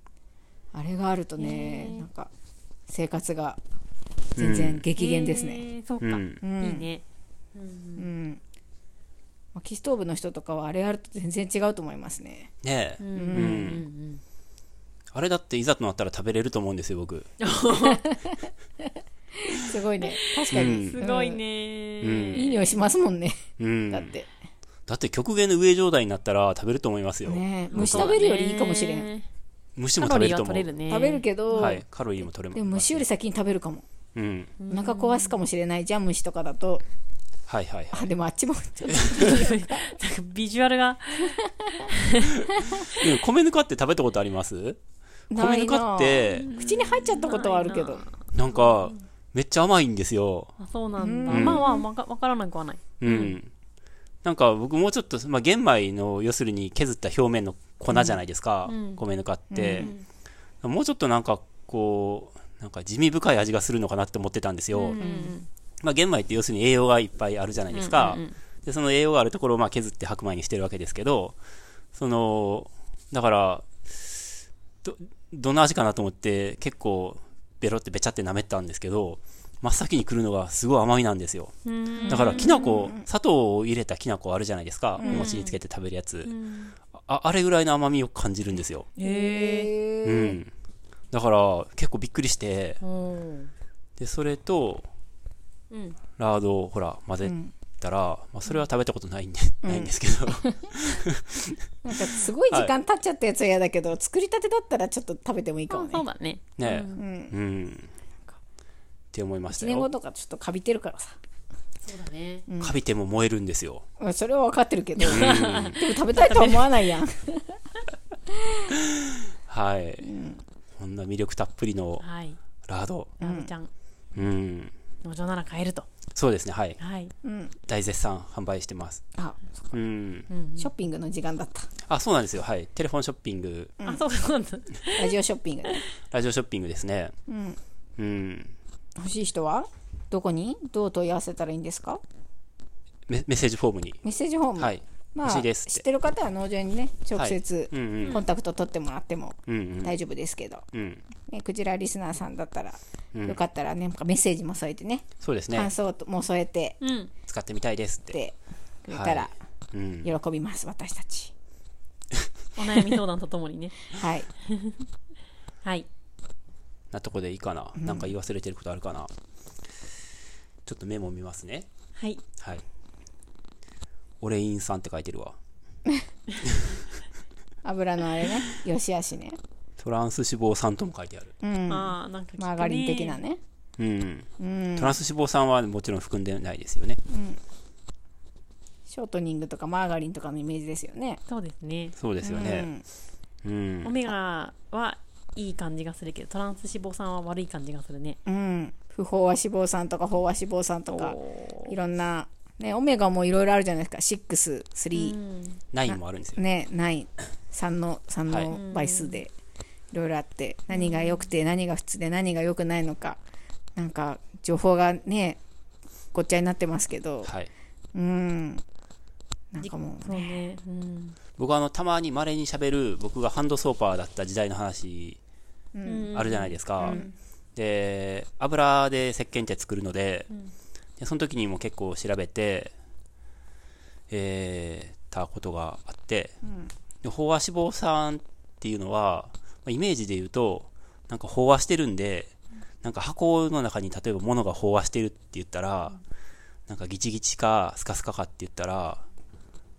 あれがあるとねなんか生活が全然激減ですね、
へー。そうか。
う
い
ん
いね。
うん薪ストーブの人とかはあれあると全然違うと思いますね
ねえ、うんあれだっていざとなったら食べれると思うんですよ僕
すご いね確かに、
すごい
うん
ね。
いい匂いしますもんね、
うん
だって
だって極限の上状態になったら食べると思いますよ、
ね虫食べるよりいいかもしれん、
ん。
虫も
カロ
食べ
リーが
ると思
取れ
う
るね。
食べるけど、
はいカロリーも取れます
でも虫より先に食べるかも
うん
お腹壊すかもしれないじゃん虫とかだと
はいはいは
あでもあっちも
なんかビジュアルが。
いでも米ぬかって食べたことあります
な
米
い
ぬか
な
って
口に入っちゃったことはあるけど
なんかめっちゃ甘いんですよ
あ、そうなんだ。まあまあわかわからなくはない。
うん、なんか僕もうちょっと、まあ、玄米の要するに削った表面の粉じゃないですか、
うん
米ぬかって、もうちょっとなんかこうなんか地味深い味がするのかなって思ってたんですよ、
うん
まあ、玄米って要するに栄養がいっぱいあるじゃないですか、
うんうん
でその栄養があるところをまあ削って白米にしてるわけですけどそのだからどどんな味かなと思って結構ベロってべちゃって舐めたんですけど真っ先に来るのがすごい甘みなんですよ
うん
だからきな粉砂糖を入れたきな粉あるじゃないですか、お餅につけて食べるやつ、ああれぐらいの甘みを感じるんですよ、
へ
う
え
ん、だから結構びっくりして
うん
でそれと
うん
ラードをほら混ぜたら、まあ、それは食べたことないんで、ないんです けど
なんかすごい時間経っちゃったやつは嫌だけど、作りたてだったらちょっと食べてもいいかも
あ
ね
そうだね。
ねうん、って思いまし
1
た
年後
よ
とかちょっとかびてるからさ
そうだね。
カビても燃えるんですよ
うんそれは分かってるけど、でも食べたいとは思わないやん
はい、こんな魅力たっぷりの
はい。
ラード
ラブちゃん、
うん
農場なら買えると。
そうですねはい
はい。
大絶賛販売してます
あそっか
うん
ショッピングの時間だった
あそうなんですよはいテレフォンショッピング
あ、そうなんだ。
ラジオショッピングね
ラジオショッピングですねうん、
欲しい人はどこにどう問い合わせたらいいんですか
メメッセージフォームに
メッセージホーム、
はい
ま
欲し
あ、
いですって
知ってる方は農場にね直接
うんうん
コンタクト取ってもらっても
うん
大丈夫ですけど、
うんうん
ね、クジラリスナーさんだったら、よかったらねなんかメッセージも添えてね
そうですね
感想も添えて
うん。
使ってみたいですっ
っててくれた
は
ら
うん
喜びます、私たち
お悩み相談とともにね。
はい
はい。
なとこでいいかな、なんか言い忘れてることあるかなちょっとメモ見ますね
はい。
はい俺インさんって書いてるわ
油のあれ ねよしあしね
トランス脂肪酸とも書いてある
ああ、なんか聞くね
マーガリン的な。ね
うん、トランス脂肪酸はもちろん含んでないですよね
ショートニングとかマーガリンとかのイメージですよね
そうですね。
そうですよねうん、
オメガはいい感じがするけど、トランス脂肪酸は悪い感じがするね。
うん不飽和脂肪酸とか飽和脂肪酸とか
お
いろんなねオメガもいろいろあるじゃないですか63、
ナインもあるんですよ、
ねない3の3の倍数でいろいろあって何が良くて何が普通で何が良くないのかなんか情報がねごっちゃになってますけど
はい
うんなんかもう
そう
ね
ね。うん。
僕はあのたまにまれにしゃべる僕がハンドソーパーだった時代の話あるじゃないですか。で、油で石鹸って作るので、でその時にも結構調べて、えーたことがあって、で飽和脂肪酸っていうのは、まあイメージで言うと、なんか飽和してるんで、なんか箱の中に例えば物が飽和してるって言ったら、なんかギチギチかスカスカかって言ったら、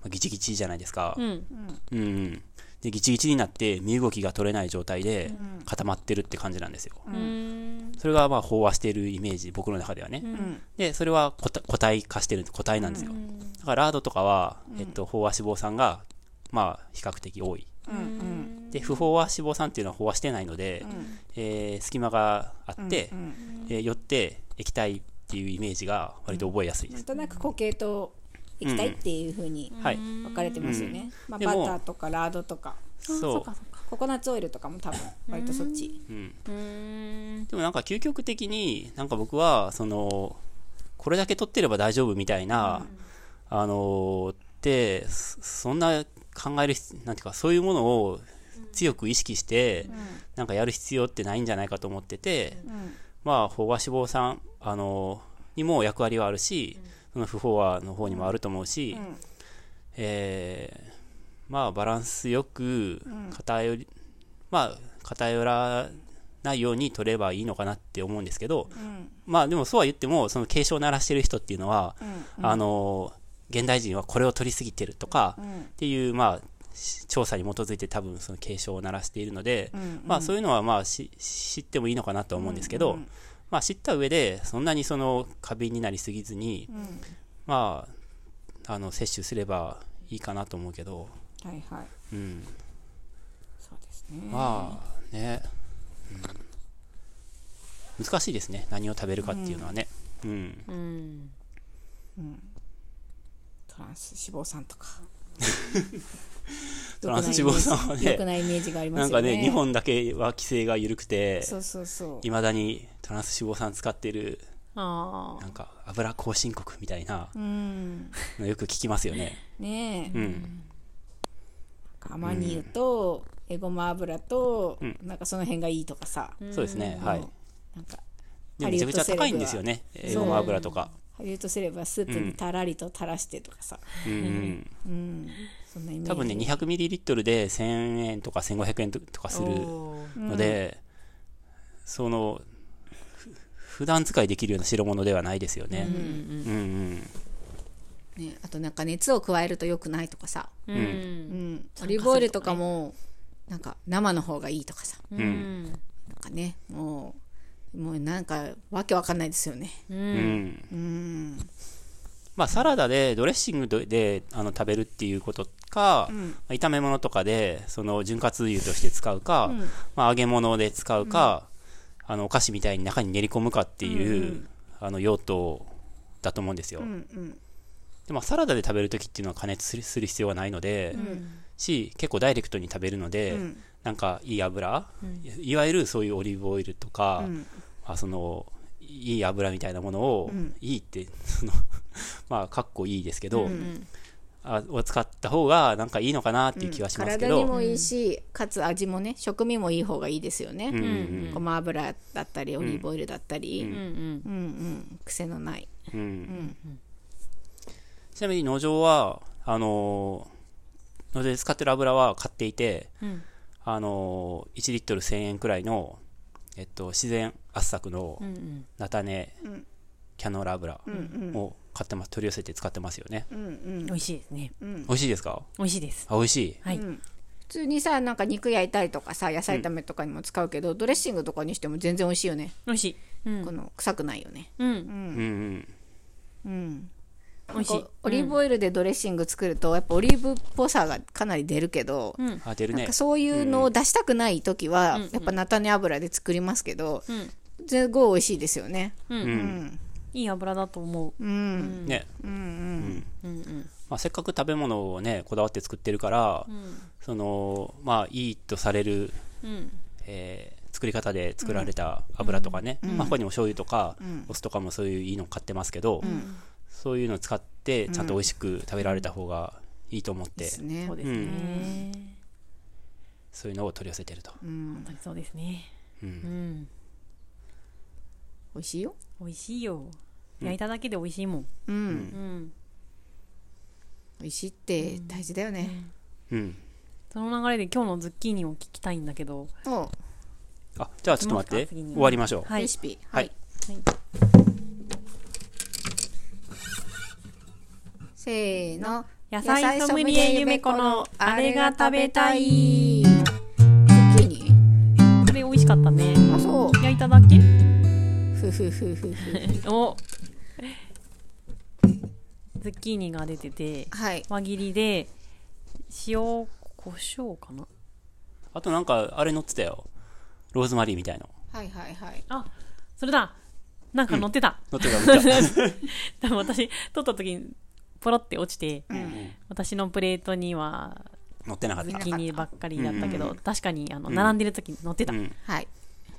まあギチギチじゃないですか。
うん。
うんうん、でギチギチになって身動きが取れない状態で固まってるって感じなんですよ、
うん。
それがまあ飽和してるイメージ僕の中ではね、でそれは固体固体化してる固体なんですよ、だからラードとかは、えっと、飽和脂肪酸がまあ比較的多いで不飽和脂肪酸っていうのは飽和してないので、えー隙間があって、えーよって液体っていうイメージが割と覚えやすいで
なん
す、
となく固形と液体っていう風に
はい
分かれてますよね、まあ、
で
バ
も
ターとかラードとか
そう
ココナッツオイルとかも多分割とそっち
うんでもなんか究極的になんか僕はそのこれだけ取ってれば大丈夫みたいな、あのーってそそんな考える必なんていうかそういうものを強く意識して、なんかやる必要ってないんじゃないかと思ってて、まあ飽和脂肪酸あのーにも役割はあるし、その不飽和の方にもあると思うし、えーまあバランスよく偏り、まあ偏らないように取ればいいのかなって思うんですけど、まあでもそうは言ってもその警鐘を鳴らしてる人っていうのは、あの現代人はこれを取りすぎてるとかっていう、まあし調査に基づいて多分その警鐘を鳴らしているので、まあそういうのはまあし知ってもいいのかなとは思うんですけど、まあ知った上でそんなにその過敏になりすぎずに、まああの摂取すればいいかなと思うけど、
はいはい
うん、
そうですね
まあね、うん難しいですね何を食べるかっていうのはねうん、
うん。
トランス脂肪酸とか
トランス脂肪酸は
良く
ね
ないイメージがありま
なん
すよ
か
ね
ね日本だけは規制が緩くて
そうそうそう
いまだにトランス脂肪酸使ってる
ああ。
なんか油後進国みたいな
うん
のよく聞きますよね
ねえ
うん
甘煮油とえごま油と
うん
なんかその辺がいいとかさ
そうですねはい
なんか
でもめちゃくちゃ高いんですよねえごま油とか
ハリウッドセレブはスープにたらりと垂らしてとかさ
うんうん
うんそんなイメージ
多分ね 200ml で1000円とか1500円とかするので、そのふ普段使いできるような代物ではないですよね。うんうん
ね、あとなんか熱を加えると良くないとかさ
う。
うんん
オリーブオイルとかもなんか生の方がいいとかさ
うん。うん。
なんかねもうもうなんかわけわかんないですよね
う。
うんん
うん
まあサラダでドレッシングでであの食べるっていうことか、まあ炒め物とかでその潤滑油として使うか、まあ、揚げ物で使うか、あのお菓子みたいに中に練り込むかっていう、あの用途だと思うんですよ。
うん
でまあ、サラダで食べるときっていうのは加熱するする必要はないので、し結構ダイレクトに食べるので、なんかいい油、いいわゆるそういうオリーブオイルとか、まあ、そのいい油みたいなものを、いいってその まあかっこいいですけど、あを使った方がなんかいいのかなっていう気はしますけ
体
ど、
にもいいしかつ味もね食味もいい方がいいですよね、
うんうんうん
ごま油だったりオリーブオイルだったり、
うん。うん。
うんうん癖のない
うんちなみに農場はあのー農場で使ってる油は買っていて、
ん
あのー1リットル1000円くらいの、えっと、自然圧搾の
ん
菜種、キャノーラ油を買ってます取り寄せて使ってますよね、
美味しいですね。
美味しいですか
美味しいです。
あ美味しい
はい。
普通にさなんか肉焼いたりとかさ野菜炒めとかにも使うけど、ドレッシングとかにしても全然美味しいよね、
美味しい。うん
こ。の臭くないよね
うん。
うんうん
美味しい
なんか。オリーブオイルでドレッシング作るとやっぱオリーブっぽさがかなり出るけど、
あ出る
なん
ね
かそういうのを出したくない時は、やっぱ菜種油で作りますけど、すごい美味しいですよね
うん
いい油だと思う。
ねうんまあせっかく食べ物をねこだわって作ってるから、そのまあいいとされる
うん。
えー作り方で作られた油とかね、まあ、他にも醤油とか、お酢とかもそういういいの買ってますけど、そういうの使ってちゃんと美味しく食べられた方がいいと思って、
ですね
そうですね。
そういうのを取り寄せてると、
本当にそうですね。うん
美味しいよ
美味しいよ焼いただけで美味しいもん
うん、
うん
美味しいって大事だよね、
うん。
その流れで今日のズッキーニを聞きたいんだけど
おう
あ、じゃあちょっと待
行きますか
って。
次に
終わりましょう。
はい
レシピ
はい。
せーの
野菜ソムリエ夢子のあれが食べたい
ズッキーニ
これ美味しかったね
あそう
焼いただけ
ふふふふふ
おズッキーニが出てて
はい
輪切りで塩胡椒かな
あとなんか、あれ乗ってたよ。ローズマリーみたいの。
はいはいはい
それだなんか乗ってた、
乗ってた、乗って
多
た。
分私取った時にポロって落ちて、私のプレートには
乗ってなかっ
ズッ
た。
キーニばっかりだったけど、
う
確かにあの並んでる時に乗ってた、
うん。
はい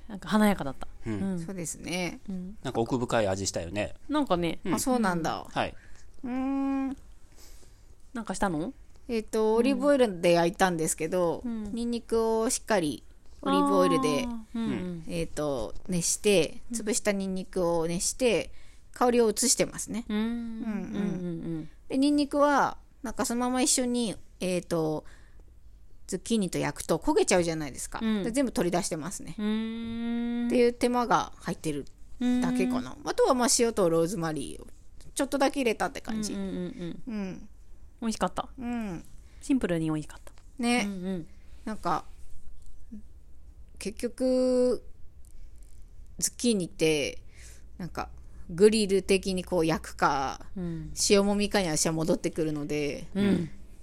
なんか華やかだった、
う。
うんん
そうですね
なんか奥深い味したよね。
なんかね
うん
あそうなんだ
はい。
うーん
なんかしたの
えっ、とオリーブオイルで焼いたんですけど、
ん
ニンニクをしっかりオリーブオイルで
あーうん
えっ、と熱して潰したニンニクを熱して香りを移してますね
うんうんうんうん
でニンニクはなんかそのまま一緒にえっ、とズッキーニと焼くと焦げちゃうじゃないですか、
うん
で全部取り出してますね、
うんうん
っていう手間が入ってる
うん
だけかな、あとはまあ塩とローズマリーをちょっとだけ入れたって感じ
うんうんうん
うん
美味しかった
うん、
シンプルに美味しかった
ね、
うんうん
なんか結局ズッキーニってなんかグリル的にこう焼くか
うん
塩もみかに私は戻ってくるので、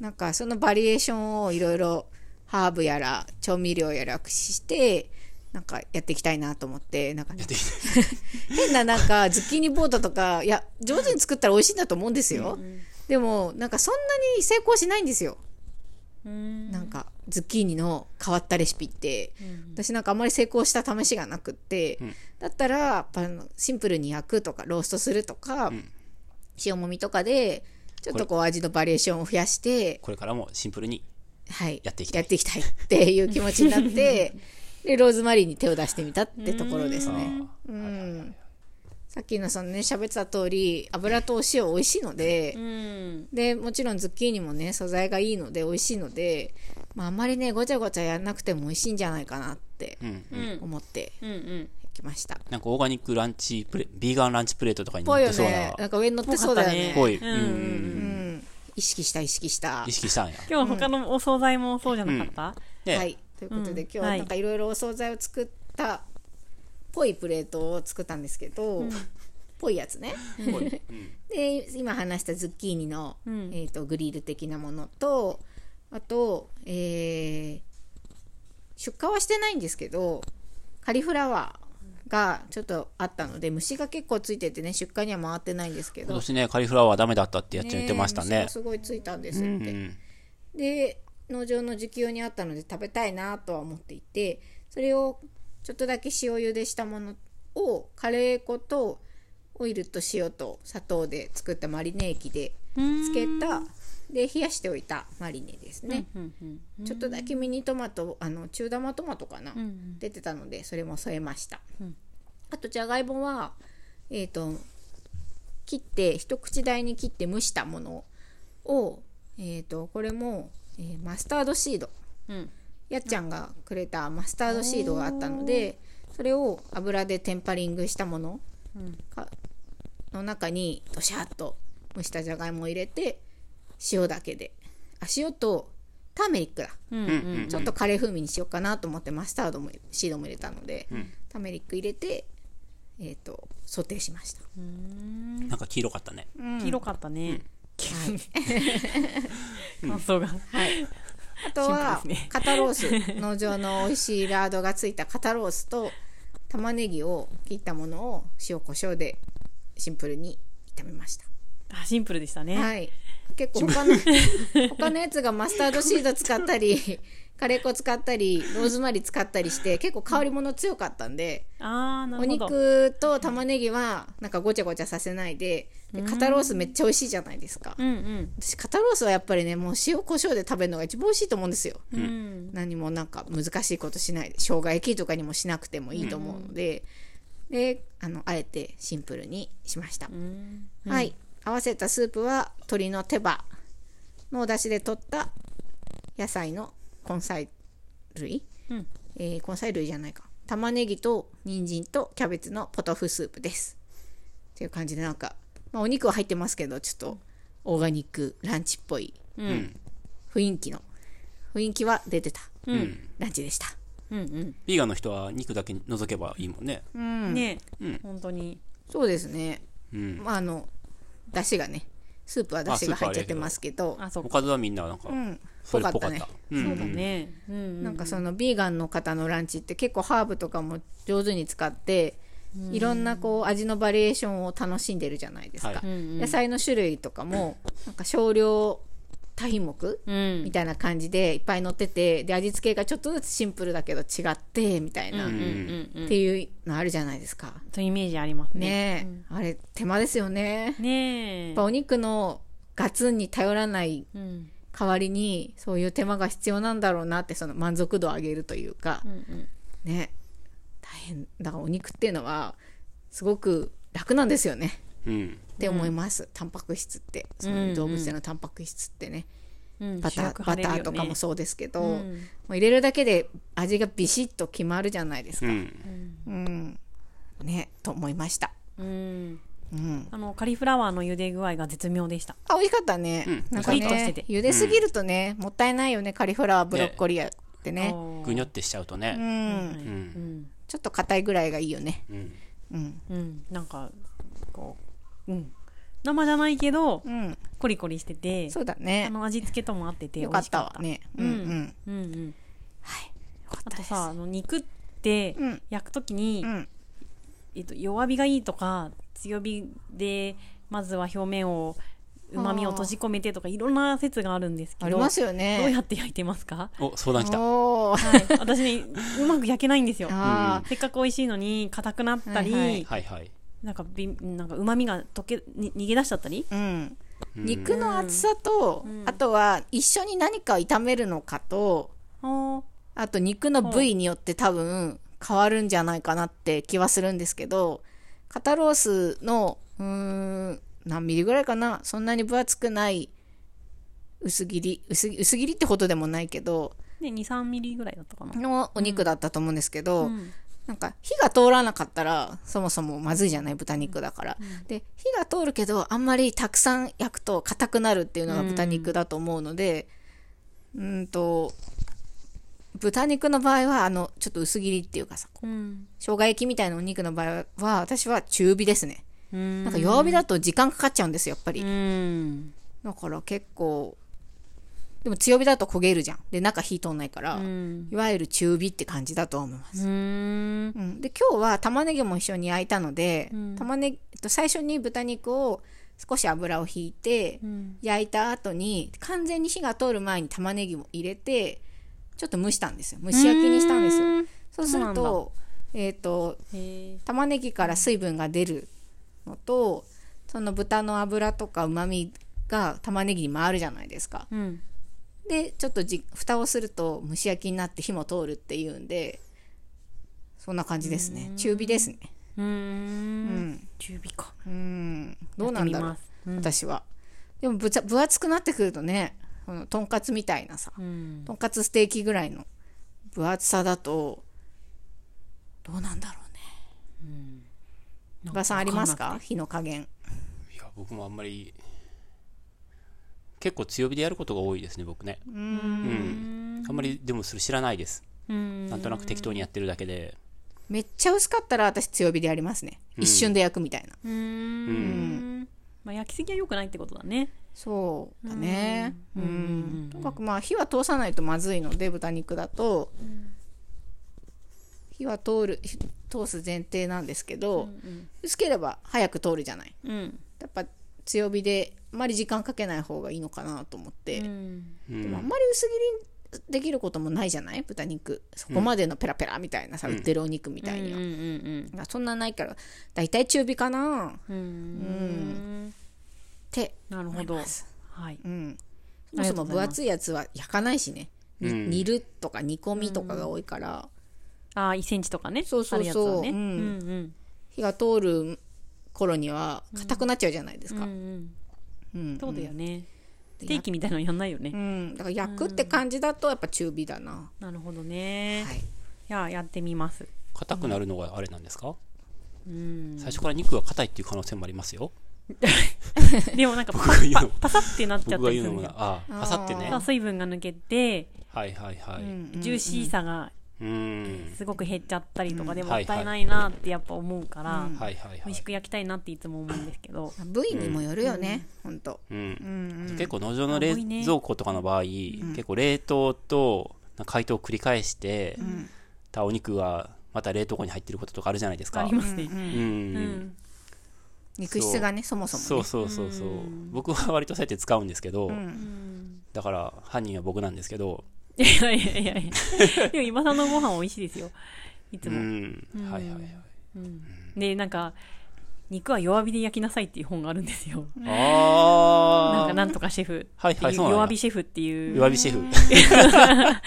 なんかそのバリエーションをいろいろハーブやら調味料やら駆使してなんかやっていきたいなと思ってなんか
やってきた。
変ななんかズッキーニボートとかいや上手に作ったら美味しいんだと思うんですよ、でもなんかそんなに成功しないんですよ
うん
なんかズッキーニの変わったレシピって、私なんかあんまり成功した試しがなくって、だったらやっぱあのシンプルに焼くとかローストするとか、塩もみとかでちょっとこう味のバリエーションを増やして
これからもシンプルに。
はい、
やっていきたい
たいっていう気持ちになって でローズマリーに手を出してみたってところですね。
あーはいはいはい
さっきのそのね喋ってた通り油とお塩美味しいので、
うん
でもちろんズッキーニもね素材がいいので美味しいので、まあ、あんまりねごちゃごちゃやらなくても美味しいんじゃないかなって
うん。
うんうん
思って
うん
きました。
なんかオーガニックランチプレ、ビーガンランチプレートとかに乗
ぽ
っ
いよ
てそう
ね
な。
なんか上に乗ってそうだよ
ぽか
ね
っ。た
ぽい。
う
うんん
うんうん
うん、意識した意識した
意。識したんや。
今日は他のお惣菜もそうじゃなかった、
ね
はい、ということで、
うん
今日はなんかいろいろお惣菜を作ったっぽいプレートを作ったんですけど、ぽいやつね。
ぽいうん
で今話したズッキーニの、
うん
えー、とグリル的なものとあと、えー出荷はしてないんですけどカリフラワーがちょっとあったので虫が結構ついててね出荷には回ってないんですけ
今
ど
年ね、カリフラワーダメだったってやつ言ってました
え虫
ね
が。すごいついたんです
う
って、
ん。
で農場の需給にあったので食べたいなとは思っていてそれをちょっとだけ塩茹でしたものをカレー粉とオイルと塩と砂糖で作ったマリネ液で漬けたで冷やしておいたマリネですね、
うんうん
ちょっとだけミニトマトあの中玉トマトかな、
ん
出てたのでそれも添えました、
うん
あとじゃがいもはえっ、と切って一口大に切って蒸したものをえっ、とこれも、えーマスタードシード
うん
やっちゃんがくれたマスタードシードがあったのでそれを油でテンパリングしたもの
うん
かの中にドシャッと蒸したじゃがいもを入れて塩だけであ塩とターメリックだ
うん
うんうんうん
ちょっとカレー風味にしようかなと思ってマスタードもシードも入れたので、ターメリック入れて、えー、とソテーしました、
なんか黄色かったね。
黄色かったね、
はい、
感想が、
あとは、
シンプルですね
肩ロース農場の美味しいラードがついた肩ロースと玉ねぎを切ったものを塩コショウでシンプルに炒めました
あシンプルでしたね。
はい。結構他の、他のやつがマスタードシード使ったり、カレー粉使ったり、ローズマリー使ったりして、結構香りもの強かったんで、
ああな
お
るほど。
肉と玉ねぎはなんかごちゃごちゃさせないで、で肩ロースめっちゃ美味しいじゃないですか。
うんうん
私肩ロースはやっぱりねもう塩コショウで食べるのが一番美味しいと思うんですよ、
うん
何もなんか難しいことしないで生姜焼きとかにもしなくてもいいと思うので、であのあえてシンプルにしました、
うん
はい合わせたスープは鶏の手羽のお出汁で取った野菜の根菜類、
うん
えー根菜類じゃないか玉ねぎと人参とキャベツのポトフスープですっていう感じでなんか、まあ、お肉は入ってますけどちょっとオーガニックランチっぽい
うん
雰囲気の雰囲気は出てた
うん
ランチでした
うん
ビーガンの人は肉だけ除けばいいもんね。
うんね
うん
本当に
そうですね
うん。
まああの出汁がねスープは出汁が入っちゃってますけど
あそ
お
う
かずはみんななんか
う、ん
それっぽか
ぽか
っ
った
た
ね。
うん
そうだね。うん
なんかそのビーガンの方のランチって結構ハーブとかも上手に使っていろんなこう味のバリエーションを楽しんでるじゃないですか、
はいうん
野菜の種類とかもなんか少量多品目
うん
みたいな感じでいっぱい乗っててで味付けがちょっとずつシンプルだけど違ってみたいな、
うんう
っ
んうん。
ていうのあるじゃないですか
というイメージありますね。
ねえ、あれ手間ですよねやっ
ねえ
ぱ。お肉のガツンに頼らない
うん
代わりにそういう手間が必要なんだろうなってその満足度を上げるというか
う、んうん
ね大変だからお肉っていうのはすごく楽なんですよね
うん。
って思います、タンパク質ってそういう動物性のタンパク質ってね、
うん
バタ
主
ー
役張
バ
れ
タ
るよね
ーとかもそうですけど、
う
も
ん
う入れるだけで味がビシッと決まるじゃないです
う
か、
ん。
うんねと思いました、
うん
うん、
あのカリフラワーの茹で具合が絶妙でした。
あ美味しかったね、
うん
なんか
カリッとしてて
ね茹ですぎるとね、もったいないよねカリフラワーブロッコリーってね
おー
ぐにょってしちゃうと
う
ね。
ん、
はい
うん。
ちょっと硬いぐらいがいいよね
うん。
うん
うん、なんかこう、うん、生じゃないけど
うん
コリコリしてて、
そうだ
あ
ね
の味付けとも合ってて美
よか
味
っ
しか
た
っ
わ
た。
ね
う
うんん
う
うんん
うん
よかっ
あ
た
と
です
さあの肉って
うん
焼くときに、
うん
えっと、弱火がいいとか強火でまずは表面をうまみを閉じ込めてとかいろんな説があるんですけど
ありますよ
どうや
ね
って焼いてますか
お、相談来た。
おー
はい 私ねうまく焼けないんですよ。
あ
せっかく美味しいのに硬くなったり、
はいはい
はいはい。
なんかびなんか旨味が溶けに逃げ出しちゃったり
ーうん肉の厚さとあとは一緒に何かを炒めるのかと
あー
あと肉の部位によって多分変わるんじゃないかなって気はするんですけど肩ロースのうーん何ミリぐらいかなそんなに分厚くない薄切り薄切薄切りってほどでもないけど
ね、23ミリぐらいだったかな。
のお肉だったと思うんですけど、
うん
なんか火が通らなかったらそもそもまずいじゃない豚肉だから、で火が通るけどあんまりたくさん焼くと硬くなるっていうのが豚肉だと思うのでうーんと豚肉の場合はあのちょっと薄切りっていうかさ
うん。
生姜焼きみたいなお肉の場合は私は中火ですね
うん
なんか弱火だと時間かかっちゃうんですよやっぱり、
うん。
だから結構でも強火だと焦げるじゃんで中火通んないから、
うん。
いわゆる中火って感じだとは思います
うん。
うん、で今日は玉ねぎも一緒に焼いたので、
うん
玉ねぎえっと最初に豚肉を少し油を引いて、
うん
焼いた後に完全に火が通る前に玉ねぎも入れてちょっと蒸したんですよ蒸し焼きにしたんですよそうするとえっ、と
へ
玉ねぎから水分が出るのとその豚の脂とか旨味が玉ねぎに回るじゃないですか
ーうん。
でちょっとじ蓋をすると蒸し焼きになって火も通るっていうんでそんな感じですね中火ですね
う。
うんん
中火か。
うんどうなんだろ
やっ
う
てみます
私はでもぶちゃ分厚くなってくるとねこのとんかつみたいなさ
うん。うん。
とんかつステーキぐらいの分厚さだとどうなんだろうねおばさんありますか火の加減
いや、僕もあんまり、結構強火でやることが多いですね、僕ね。うん。あんまり、でもそれ知らないです。
うん。
なんとなく適当にやってるだけで。
めっちゃ薄かったら私強火でやりますね一瞬で焼くみたいな
うん。まあ、焼きすぎは良くないってことだね。
そうだねうんとにかくまあ火は通さないとまずいので豚肉だと火は通るひ通す前提なんですけど薄ければ早く通るじゃない
うん。
やっぱ強火であまり時間かけない方がいいのかなと思って、
うん
う
でもあん
ん
まり薄切りできることもないじゃない豚肉そこまでのペラペラみたいなさ、売ってるお肉みたいには、
うんうん
まあそんなないからだいたい中火かなっ
うんうん
て
なるほどはい
うんそ
あ
も
り
そ
がと
も
うご
分
ざいます
厚いやつは焼かないしね、に
うん
煮るとか煮込みとかが多いから、
あー1センチとかね
そうそ
あ
うそう
るやつはね
うん
うんうん
火が通る頃には硬くなっちゃうじゃないです
うん
か、
う
うん
ん
うん
そうだよね
で
ステーキみたいなのやんないよね
うん、だから焼くって感じだとやっぱ中火だな、
なるほどね
はい
いややってみます
硬くなるのがあれなんですか
うん
最初から肉が硬いっていう可能性もありますよ。
でもなんかパ
僕が言う
パ
の
パサってなっちゃった
僕が
り
言
す
う
る
の
ん
も
だ
な
よ、
ああ、あさってね
そう。水分が抜けて
はいはいはい。うん。
ジューシーさが
うん
すごく減っちゃったりとかで
うん
もったいないなってやっぱ思うから、
はいはいは
美味
い
し。く焼きたいなっていつも思うんですけど、
部位にもよるよね、ほんと
うん。結構農場の冷
多いね
蔵庫とかの場合、結構冷凍と解凍を繰り返して、たお肉がまた冷凍庫に入ってることとかあるじゃないです
あ
か。
りますね。
う。
うんん
肉質がねそもそもね
そうそうそうそう僕は割とそうやって使うんですけど、だから犯人は僕なんですけど
いやいやいやいや。でも今さんのご飯美味しいですよ。いつ
う
も。
ん、はいはいはい
で、なんか、肉は弱火で焼きなさいっていう本があるんですよ。なん
あ
か、
あ
なんとかシェフ。
はいはいそうなんや
弱火シェフっていう。
弱火シェフ
あ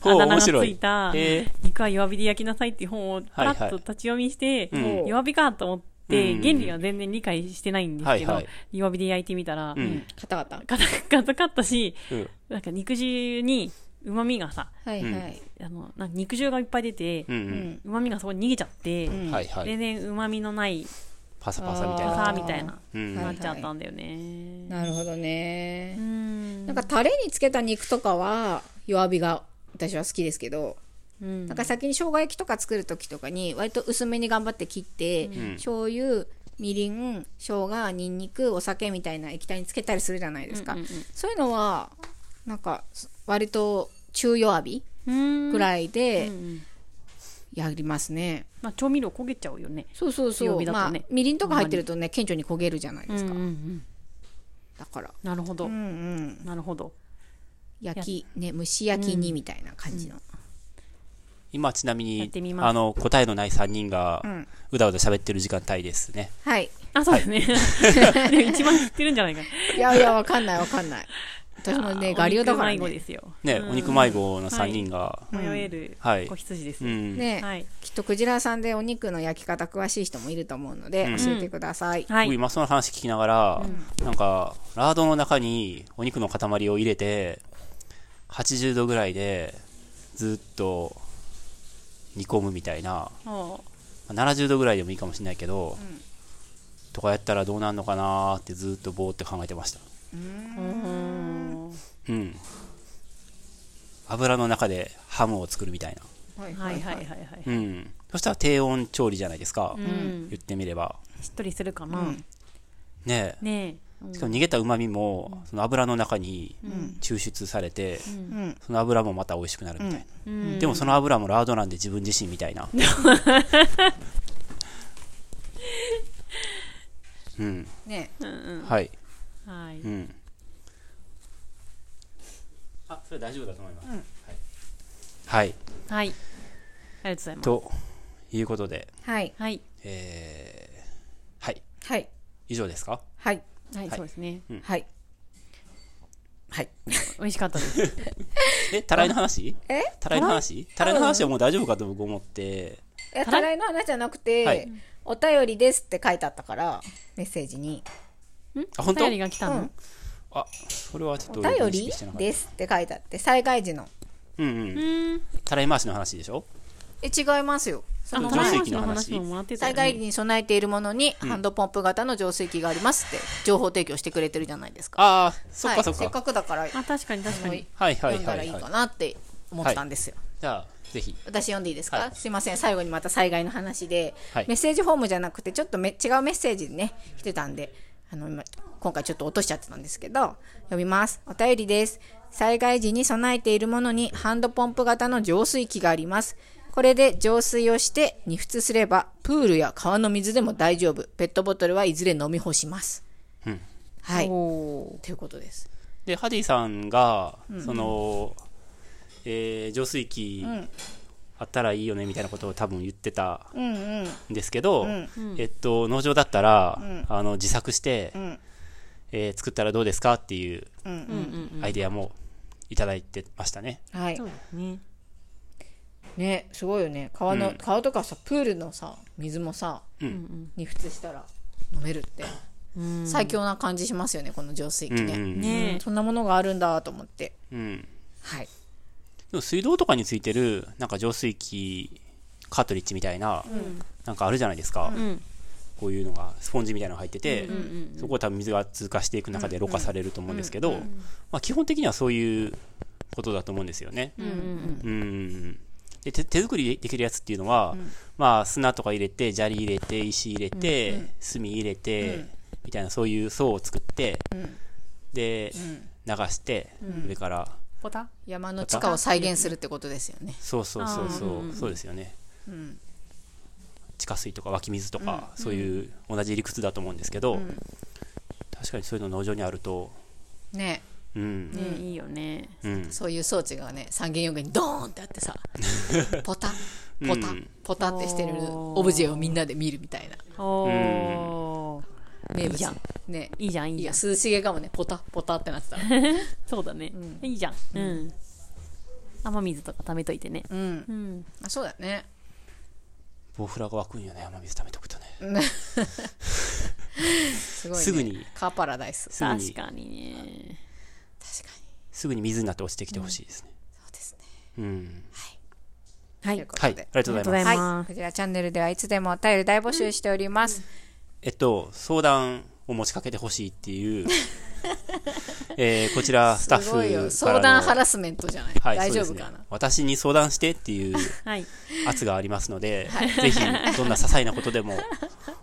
ほう
だ名
面
がつ
白
い
い
た、
え
肉は弱火で焼きなさいっていう本をパラッと立ち読みして、
はいはいうん
弱火かと思っ
う
て、
ん
原理は全然理解してないんですけど、
はいはい
弱火で焼いてみたら、
う
硬
ん
硬かった
カタ カタカったし、
うん
なんか肉汁に旨味がさ、
はいはい、
あの、なんか肉汁がいっぱい出て、
うん
う
うん
ん
旨味がそこに逃げちゃって、
うん
はいはい
全然旨味のない
パサパサみたい
パ
な
サ
あ
ーみたいな、
うん
なっちゃったんだよね。
なるほどね、
うん。
なんかタレにつけた肉とかは弱火が私は好きですけど、
うん
なんか先に生姜焼きとか作る時とかに割と薄めに頑張って切って、醤油みりん生姜にんにくお酒みたいな液体につけたりするじゃないですか、そういうのはなんか割と中弱火
うん
ぐらいで
ん
やりますね、
まあ、調味料焦げちゃうよね。
そうそうそ
強
う、
火だ
ま
と
あ
ね
みりんとか入ってるとね顕著に焦げるじゃないですか、
うんうんうん
だから
なるほど、
うんうん
なるほど。
焼きね蒸し焼きにみたいな感じの、
今ちなみ
やっ
に
てみます
あの答えのない3人が
ん
うだうだ喋ってる時間帯ですね
はい
あ、そうですね。 でも一番知ってるんじゃないか。
いやいや、わかんないわかんない。私もね、ガリオだから
お肉迷子
ね
で。すよ。
ね
うん
お肉迷子の3人が
迷える
はい
子羊です
う
よ。
ん
ね、
はい。
きっとクジラさんでお肉の焼き方詳しい人もいると思うので、教えてください。
は
僕
い。
今その話聞きながら、なんかラードの中にお肉の塊を入れて80度ぐらいでずっと煮込むみたいな
も
まあ70度ぐらいでもいいかもしれないけど、とかやったらどうなるのかなーってずっとぼーって考えてました
ううん
うん油の中でハムを作るみたいな
はい
はいはいはいはい。
うんそしたら低温調理じゃないですか、
うん。
言ってみれば
しっとりするかな。
ねえ
ねえ。
しかも逃げた旨味もその油の中に抽出されて、その油もまた美味しくなるみたいな、
うん
でもその油もラードなんで自分自身みたいな うん
ね、
はい
はい。
うんあそれ大丈夫だと思います、はい、はい、
はい。ありがとうございます。
ということで
はい。
はい。
えー、はい
はい。
以上ですか
はい。
はい、そうですね。
はい。はい。
美味しかったです。
えたらいの話
え
たらいの話たらいの話はもう大丈夫かと僕思って
え、たらいの話じゃなくて、
はい
お便りですって書いてあったから、メッセージに。
あ本
お
当
便りが来た
う
の
ん
あそれはちょっ
お
と
便
認
り
識してなかった
ですって書いてあって、災害時の。
うん
う
うん
ん。
たらい回しの話でしょ
え、違いますよ。
あ、
浄
たらい
水
回
器
しの
の
話
話
ももらってた
災
よ
害
ね。
時に備えているものに、ハンドポンプ型の浄水器がありますって、情報提供してくれてるじゃないですか。
ああそっ
はい
かそっ
せっ
か
かくだから
あ、確かに確かに。
はいはい
読ん
は
だ
い
ら
はい
い
い
かなって思ったんですよ、
じゃあぜひ
私読んでいいですか、
はい
すいません最後にまた災害の話で、
はい
メッセージフォームじゃなくてちょっとめ違うメッセージでね来てたんであの今今回ちょっと落としちゃってたんですけど読みますお便りです災害時に備えているものにハンドポンプ型の浄水器がありますこれで浄水をして煮沸すればプールや川の水でも大丈夫ペットボトルはいずれ飲み干します
う
はい
おー
ということです
でハディさんが、その、えー浄水器あったらいいよねみたいなことを多分言ってた
うんうん
んですけど、えっと、農場だったら、あの自作して、
ん
えー作ったらどうですかっていう
うん
うんうんうん
アイデアもいただいてましたね。
はい
そうですね
ねすごいよね川の、
うん
川とかさプールのさ水もさ、
うん
に普通したら飲めるって、最強な感じしますよねこの浄水器
うんうん
ね,、
ね
そんなものがあるんだと思って
うん
はい
でも水道とかについてるなんか浄水器カートリッジみたいな、なんかあるじゃないですか、
ん
こういうのがスポンジみたいなのが入ってて、
うんうん
そこを多分水が通過していく中でろ過されると思うんですけど、まあ、基本的にはそういうことだと思うんですよね。
うんうん
うんうんうんで手手作りできるやつっていうのは、まあ、砂とか入れて砂利入れて石入れて、炭入れて、みたいなそういう層を作って、で、流して、上から
ポタ
山の地下を再現するってことですよね
そうそうそうそう、
あーうんうん
そうですよね、
ん
地下水とか湧き水とか、そういう同じ理屈だと思うんですけど、確かにそういうの農場にあると
ね
うん、
ねいいよね
うん、
そういう装置がね三軒四軒にドーンってあ ってさポタポタ、
うん
ポタってしてるオブジェをみんなで見るみたいな
おー
名
いい
物
じゃん
ね
いいじゃんいい
い
じゃ
や
ん
涼しげかもねポタポタってなってたら
そうだねいいじゃんうん雨水とか貯めといてね
うん
うん
あそうだね
ボウフラが湧くんよね雨水溜めとくとね
すごいね
すぐに
カーパラダイス
すぐ
確
に
かにね
確かに
すぐに水になって落ちてきてほしいですね
そうですね
うん、
はい
というこ
はいあ
と
り
で、
がとうございま
ありが
す
とうございま
は
す
いこちらチャンネルではいつでもお便り大募集しております
えっと相談を持ちかけてほしいっていう、えーこちらスタッフ
す
か
ごい
ら
よ
の
相談ハラスメントじゃない、
はい
大丈
そ
夫
うです
か
ね
な、
私に相談してっていう
はい
圧がありますの で、ぜひどんな些細なことでも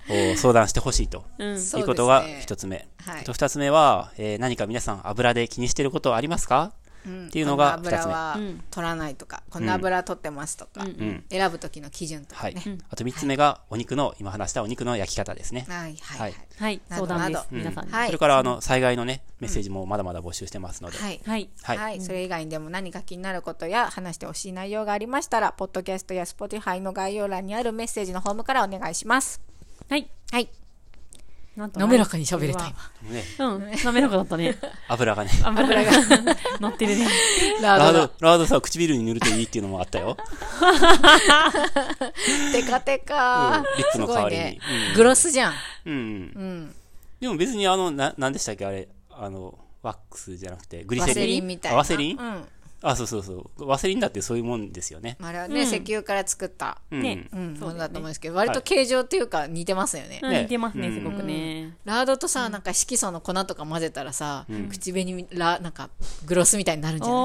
お相談してほしいと
うん
そう
いう
ですね
ことが一つ目。
はい
あと二つ目は、えー何か皆さん油で気にしてることありますか、っていうのが
こ
二つ
んな
目。
油
は
は
うん
取らないとか、こんな油取ってますとか、
ん
選ぶ時の基準とか
い
ね、。
あと三つ目がお肉の、今話したお肉の焼き方ですね。
はい、はいはい
は
はい
など
相談で
な
す
ど
皆さんに
はい
それからあの災害のね、メッセージもまだまだ募集してますので。
はい
はい
はい。
はい、それ以外にでも何か気になることや話してほしい内容がありましたら、ポッドキャストや Spotify の概要欄にあるメッセージのフォームからお願いします。
はい
はい、
なんと
滑らかに喋れた
ね、
うん滑らかだったね
油がね。
油が 乗ってるね
今
ラ
ラ
ー
ード
ド、ラードさ、唇に塗るといいっていうのもあった よ。
テカテ
うん
カ、
リップの代わりに。
すごいねグロスじゃん
うん。うんでも別にあの、な、なんでしたっけあれ、あの、ワックスじゃなくて、グリ
ワ
セ
セ
リ
リ
ン
ンみたい
あ
な
ワセリン
うん
あ、そうそうそう。ワセリンだってそういうもんですよね。
まああれはね、石油から作った、
うん。
ね
うん
そうだよね
ものだと思うんですけど割と形状っていうか似てますよね、
うん
ね
似てますねすごくね
ラードとさ、なんか色素の粉とか混ぜたらさ、口紅らなんかグロスみたいになるんじゃない
お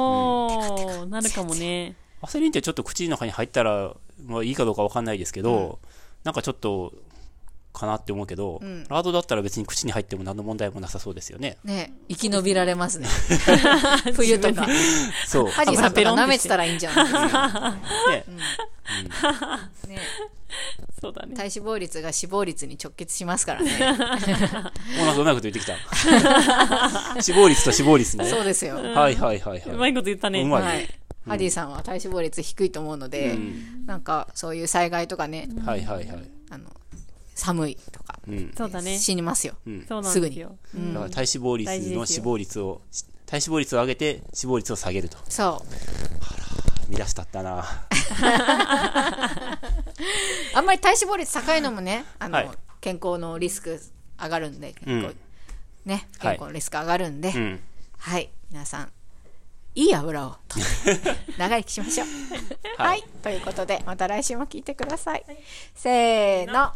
ーなるかもね
ワセリンってちょっと口の中に入ったら、まあいいかどうかわかんないですけど、なんかちょっと、かなって思うけど、ラードだったら別に口に入っても何の問題もなさそうですよね。
ね生き延びられますね冬とか
そう。
ハジさんとか舐めてたらいいんじゃない
ね
ね
そうだね
体脂肪率が死亡率に直結しますからね
おなんかうまいこと言ってきた。 死亡率と死亡率ね。
そうですよ、は
はいはいはいう
ま
はいい。
こと言ったね
うまい
いハディさんは体脂肪率低いと思うので、なんかそういう災害とかね、
はいはいはい。
あの寒いとか、
うん。
そうだね
死にますよ、
そうなん
すぐ
です
に
よ
だから体脂肪率
大事ですよ
の死亡率を、体脂肪率を上げて死亡率を下げると。
そう
見出したったな。
あんまり体脂肪率高いのもねあの、
はい
健康のリスク上がるんで、
うん
こうね
は
健
い
康のリスク上がるんで、
うん。
はい、皆さん、いい油を 取って、長生きしましょう。
はい、ということで、また来週も聞いてください。せーの。